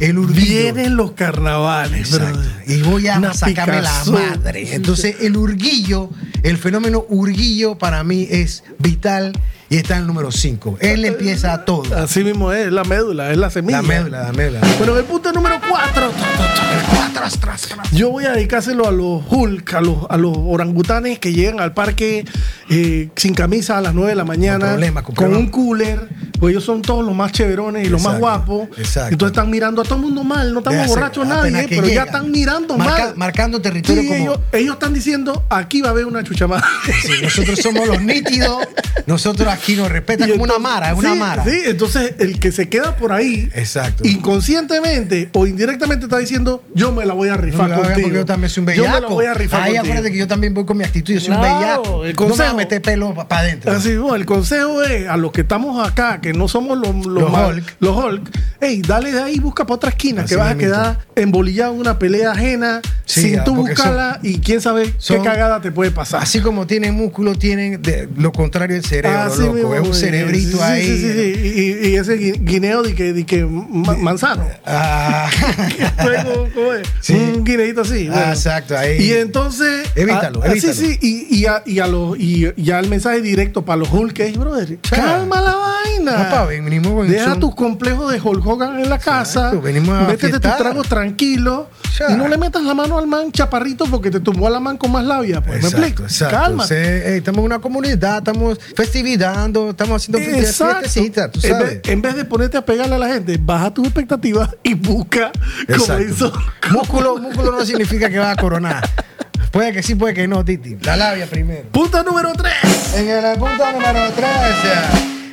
S2: El urguillo.
S1: Vienen los carnavales,
S2: Exacto.
S1: brother.
S2: Y voy a
S1: Una
S2: sacarme la
S1: picazón.
S2: madre. Entonces, el urguillo, el fenómeno urguillo para mí es vital y está en el número 5. Él empieza a todo.
S1: Así mismo es, es la médula, es la semilla.
S2: La médula, la médula.
S1: Bueno, en el punto número 4.
S2: Tras, tras, tras.
S1: Yo voy a dedicárselo a los Hulk, a los, a los orangutanes que llegan al parque eh, sin camisa a las 9 de la mañana,
S2: Con problema, con
S1: con,
S2: problema.
S1: un cooler, pues ellos son todos los más chéverones y los más
S2: Exacto,
S1: guapos.
S2: exacto.
S1: Entonces están mirando a todo el mundo mal, no estamos
S2: Hace-
S1: borrachos
S2: apenas
S1: nadie,
S2: que
S1: pero ya
S2: llegan.
S1: están mirando
S2: Marca-
S1: mal.
S2: marcando territorio
S1: Y
S2: como-
S1: ellos, ellos están diciendo, aquí va a haber una chuchamada.
S2: Sí, nosotros somos los nítidos. Nosotros aquí nos respetan
S1: Y
S2: como una
S1: entonces-
S2: mara, es una
S1: sí,
S2: mara.
S1: Sí, entonces el que se queda por ahí,
S2: Exacto.
S1: inconscientemente o indirectamente está diciendo, yo me la voy a
S2: No
S1: rifar
S2: me la voy a-
S1: contigo.
S2: porque yo también soy un
S1: Yo
S2: bellaco.
S1: me la voy a rifar
S2: Ay,
S1: contigo.
S2: acuérdate que yo también voy con mi actitud. Yo soy un
S1: Claro,
S2: bellaco.
S1: el
S2: No me voy a
S1: consejo.
S2: meter pelo para adentro.
S1: Así, bueno, el consejo es a los que estamos acá, que no somos los, los
S2: Los
S1: ma-
S2: Hulk.
S1: los Hulk, hey, dale de ahí, busca para otra esquina,
S2: Así
S1: que vas a
S2: mismito.
S1: quedar embolillado en una pelea ajena,
S2: Sí,
S1: sin
S2: ah,
S1: tú
S2: porque son-
S1: buscarla y quién sabe
S2: son-
S1: qué cagada te puede pasar.
S2: Así como tienen músculo, tienen de- lo contrario del cerebro,
S1: Así
S2: loco.
S1: mismo,
S2: es un
S1: güey.
S2: cerebrito
S1: Sí, sí,
S2: ahí.
S1: sí, sí, sí. Y, y ese gui- guineo de que, de que ma- manzano.
S2: Ah,
S1: <laughs> Luego, ¿cómo es?
S2: Sí.
S1: Un guineíto así.
S2: Ah, exacto, ahí.
S1: Y entonces.
S2: Evítalo,
S1: ah, ah,
S2: evítalo.
S1: Sí, sí. Y, y, a, y, a los- y, y al mensaje directo para los Hulk es, brother, calma la vaina.
S2: <laughs> Papá, venimos con
S1: Deja
S2: son-
S1: tus complejos de Hulk Hogan en la casa.
S2: Exacto, venimos a
S1: Métete tus
S2: fiestar.
S1: tragos tranquilo.
S2: Ya.
S1: Y no le metas la mano al man chaparrito porque te tumbó a la man con más labia. Pues,
S2: Exacto,
S1: ¿Me explico?
S2: exacto.
S1: Calma.
S2: Entonces, hey, estamos en una comunidad, estamos festividando, estamos haciendo
S1: Exacto. Eh,
S2: fiestecitas, tú
S1: en,
S2: sabes.
S1: vez, en vez de ponerte a pegarle a la gente, baja tus expectativas y busca, como
S2: Exacto.
S1: hizo
S2: Músculo, músculo no significa que vas a coronar. Puede que sí, puede que no, Titi. La labia primero.
S1: Punto número 3.
S2: En el punto número 3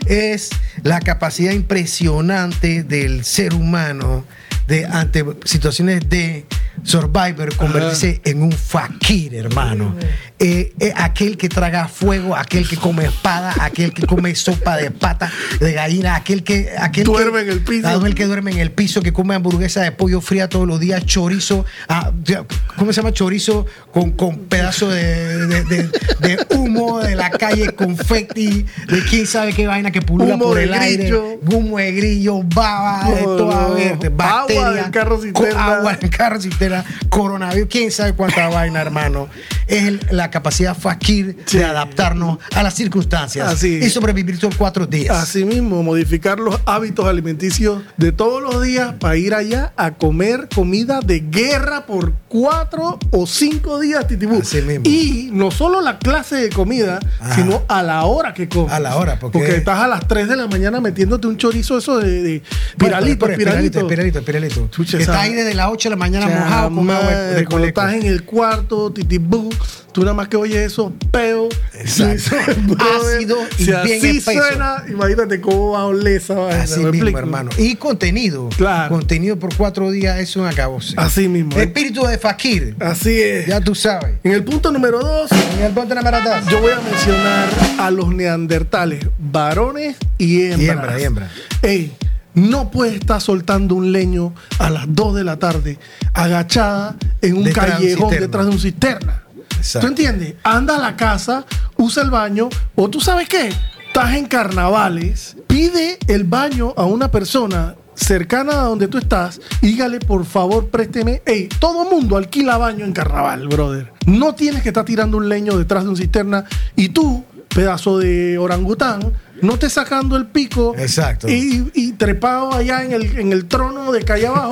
S2: es la capacidad impresionante del ser humano de ante situaciones de survivor convertirse en un fakir, hermano. Eh, eh, aquel que traga fuego, aquel que come espada, aquel que come sopa de pata de gallina, aquel que aquel
S1: Duerme
S2: que-
S1: en el piso.
S2: Ah, el que duerme en el piso, que come hamburguesa de pollo fría todos los días, chorizo, ah, ya, ¿cómo se llama? Chorizo con, con pedazo de, de- de- de humo de la calle, confeti, de quién sabe qué vaina que pulula
S1: Humo
S2: por
S1: de
S2: el aire,
S1: grillo.
S2: humo de grillo, baba, de
S1: No,
S2: toda
S1: no.
S2: verde,
S1: Agua de
S2: bacteria,
S1: en carro cisterna.
S2: Agua en carro cisterna, coronavirus, quién sabe cuánta vaina, hermano. Es el- la capacidad fakir
S1: Sí.
S2: de adaptarnos a las circunstancias
S1: Así.
S2: y sobrevivir por cuatro días.
S1: Asimismo, modificar los hábitos alimenticios de todos los días para ir allá a comer comida de guerra por cuatro o cinco días, Titibú.
S2: Así mismo.
S1: Y no solo la clase de comida,
S2: Ajá.
S1: sino a la hora que comes.
S2: A la hora, porque-
S1: estás a las 3 de la mañana metiéndote un chorizo eso de, de piralito,
S2: Por- por- por-
S1: piralito.
S2: espiralito, espiralito.
S1: Chucha,
S2: Está
S1: esa-
S2: ahí desde las 8 de la mañana
S1: Chama,
S2: mojado con agua de
S1: cuando
S2: coleco.
S1: estás en el cuarto, titibú, tú nada más que oyes eso, peo,
S2: Exacto.
S1: <laughs>
S2: Ácido y
S1: si
S2: bien
S1: así
S2: espeso.
S1: suena, imagínate cómo va a oler esa vaina,
S2: Así
S1: ¿me
S2: mismo,
S1: explico?
S2: hermano. Y contenido.
S1: Claro.
S2: Contenido por cuatro días es un acabose.
S1: Así mismo. eh.
S2: Espíritu de Fakir.
S1: Así es.
S2: Ya tú sabes.
S1: En el punto número dos,
S2: En el ponte la maratón.
S1: yo voy a mencionar a los neandertales, varones y hembras.
S2: Y hembra, y hembra.
S1: Ey, no puedes estar soltando un leño a las 2 de la tarde, agachada en un
S2: Detrás de un
S1: callejón
S2: cisterna.
S1: detrás de un cisterna.
S2: Exacto.
S1: ¿Tú entiendes? Anda a la casa, usa el baño, o tú sabes qué, estás en carnavales, pide el baño a una persona cercana a donde tú estás, dígale por favor, présteme. Ey, todo mundo alquila baño en carnaval, brother. No tienes que estar tirando un leño detrás de un cisterna y tú, pedazo de orangután, no estés sacando el pico
S2: Exacto.
S1: y, y trepado allá en el, en el trono de calle
S2: <laughs>
S1: abajo,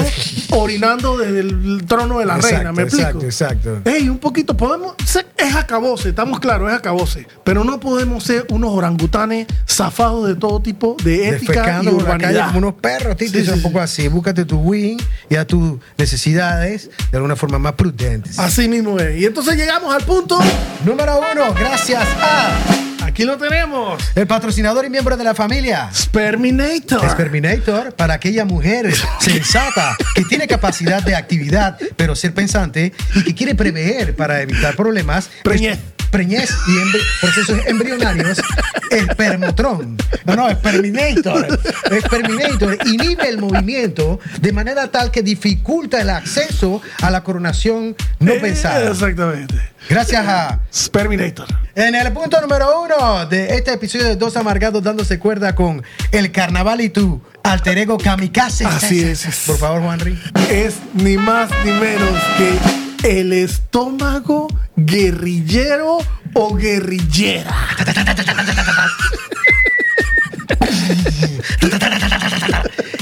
S1: orinando desde el trono de la
S2: Exacto,
S1: reina, ¿me explico?
S2: exacto, exacto.
S1: Ey, un poquito, podemos. ser- Es acabose, estamos claros, es acabose. Pero no podemos ser unos orangutanes zafados de todo tipo de ética y
S2: Defecando por la calle
S1: urbanidad.
S2: como unos perros, Tito.
S1: Sí,
S2: Es
S1: sí,
S2: un
S1: sí.
S2: poco así. Búscate tu win y a tus necesidades de alguna forma más prudentes.
S1: Así mismo es. Y entonces llegamos al punto.
S2: Número uno, gracias a
S1: Aquí lo tenemos.
S2: el patrocinador y miembro de la familia.
S1: Sperminator.
S2: Sperminator para aquella mujer sensata que tiene capacidad de actividad, pero ser pensante y que quiere prever para evitar problemas.
S1: Preñez.
S2: Preñez y embri- procesos embrionarios. Espermotron. No, no, Sperminator. Sperminator inhibe el movimiento de manera tal que dificulta el acceso a la coronación no
S1: Eh,
S2: pensada.
S1: Exactamente.
S2: Gracias a
S1: Sperminator.
S2: en el punto número uno de este episodio de Dos Amargados dándose cuerda con el carnaval y tu alter ego kamikaze.
S1: Así es.
S2: Por favor, Juanri.
S1: es ni más ni menos que el estómago guerrillero o guerrillera.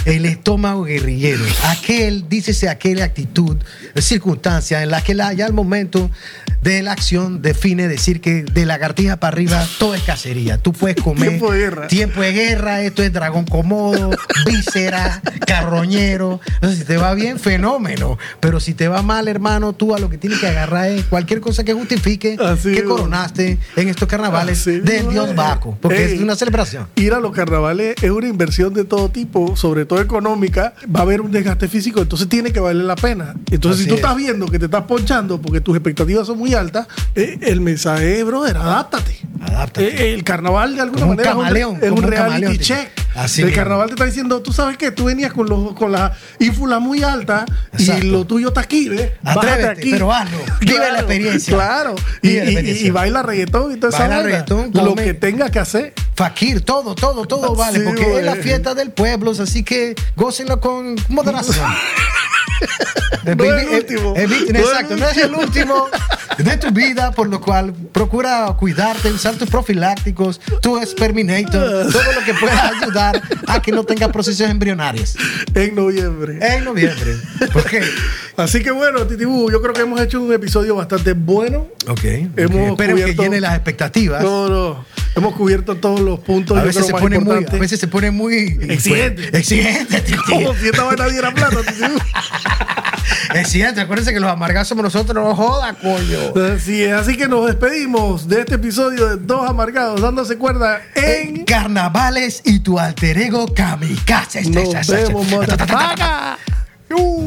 S2: El estómago guerrillero. Aquel, dícese aquella actitud, circunstancia en la que la, ya el momento de la acción define decir que de lagartija para arriba todo es cacería. Tú puedes comer.
S1: Tiempo de guerra.
S2: Tiempo de guerra, esto es dragón comodo, víscera, carroñero. Entonces, si te va bien, fenómeno. Pero si te va mal, hermano, tú a lo que tienes que agarrar es cualquier cosa que justifique
S1: Así
S2: que
S1: es.
S2: coronaste en estos carnavales
S1: Así
S2: del
S1: mismo
S2: Dios
S1: es.
S2: Baco. Porque
S1: Ey.
S2: es una celebración.
S1: Ir a los carnavales es una inversión de todo tipo, sobre todo económica. Va a haber un desgaste físico, entonces tiene que valer la pena. Entonces,
S2: Así
S1: si tú
S2: es.
S1: estás viendo que te estás ponchando porque tus expectativas son muy altas, eh, el mensaje es, brother, adáptate.
S2: Adáptate.
S1: Eh, el carnaval, de alguna
S2: Ah. Como un
S1: manera, es
S2: camaleón,
S1: es
S2: como
S1: un
S2: un
S1: reality
S2: camaleón, tipo.
S1: check.
S2: Así
S1: el
S2: mismo.
S1: carnaval te está diciendo, tú sabes que tú venías con, los, con la ínfula muy alta
S2: Exacto.
S1: y lo tuyo está aquí, ¿ves? Bájate
S2: Atrévete,
S1: aquí.
S2: pero hazlo. Vive la experiencia.
S1: Claro. Y,
S2: Vive la
S1: y- y-
S2: experiencia.
S1: y baila reggaetón y toda esa
S2: Baila
S1: vaina.
S2: reggaetón,
S1: Lo
S2: come.
S1: que tengas que hacer.
S2: Fakir, todo, todo, todo vale,
S1: Ah, Sí,
S2: porque es la
S1: güey.
S2: fiesta del pueblo, así que gócenlo con
S1: <laughs>
S2: moderación.
S1: No es el
S2: vi-
S1: último.
S2: el vi-
S1: No es
S2: exacto,
S1: el
S2: no es el último de tu vida, por lo cual procura cuidarte, usar tus profilácticos, tu esperminator,
S1: Ah.
S2: todo lo que pueda ayudar a que no tengas procesos embrionarios.
S1: en noviembre.
S2: En noviembre. Porque,
S1: Así que bueno, Titibú, yo creo que hemos hecho un episodio bastante bueno.
S2: ok,
S1: Hemos
S2: espero que
S1: cubierto-
S2: llene las expectativas.
S1: No, no. Hemos cubierto todos los puntos.
S2: A
S1: yo
S2: veces,
S1: creo,
S2: se
S1: más
S2: pone muy, a
S1: importantes.
S2: veces se pone muy
S1: Exigente.
S2: pues, exigente, Titi.
S1: Como si esta vaina diera plata, Titibú.
S2: Es cierto, acuérdense que los amargados somos nosotros, no joda, coño.
S1: Así es. Así que nos despedimos de este episodio de Dos Amargados, dándose cuerda
S2: En
S1: en.
S2: carnavales y tu alter ego kamikaze.
S1: Nos vemos, motherfucker.
S2: Uh.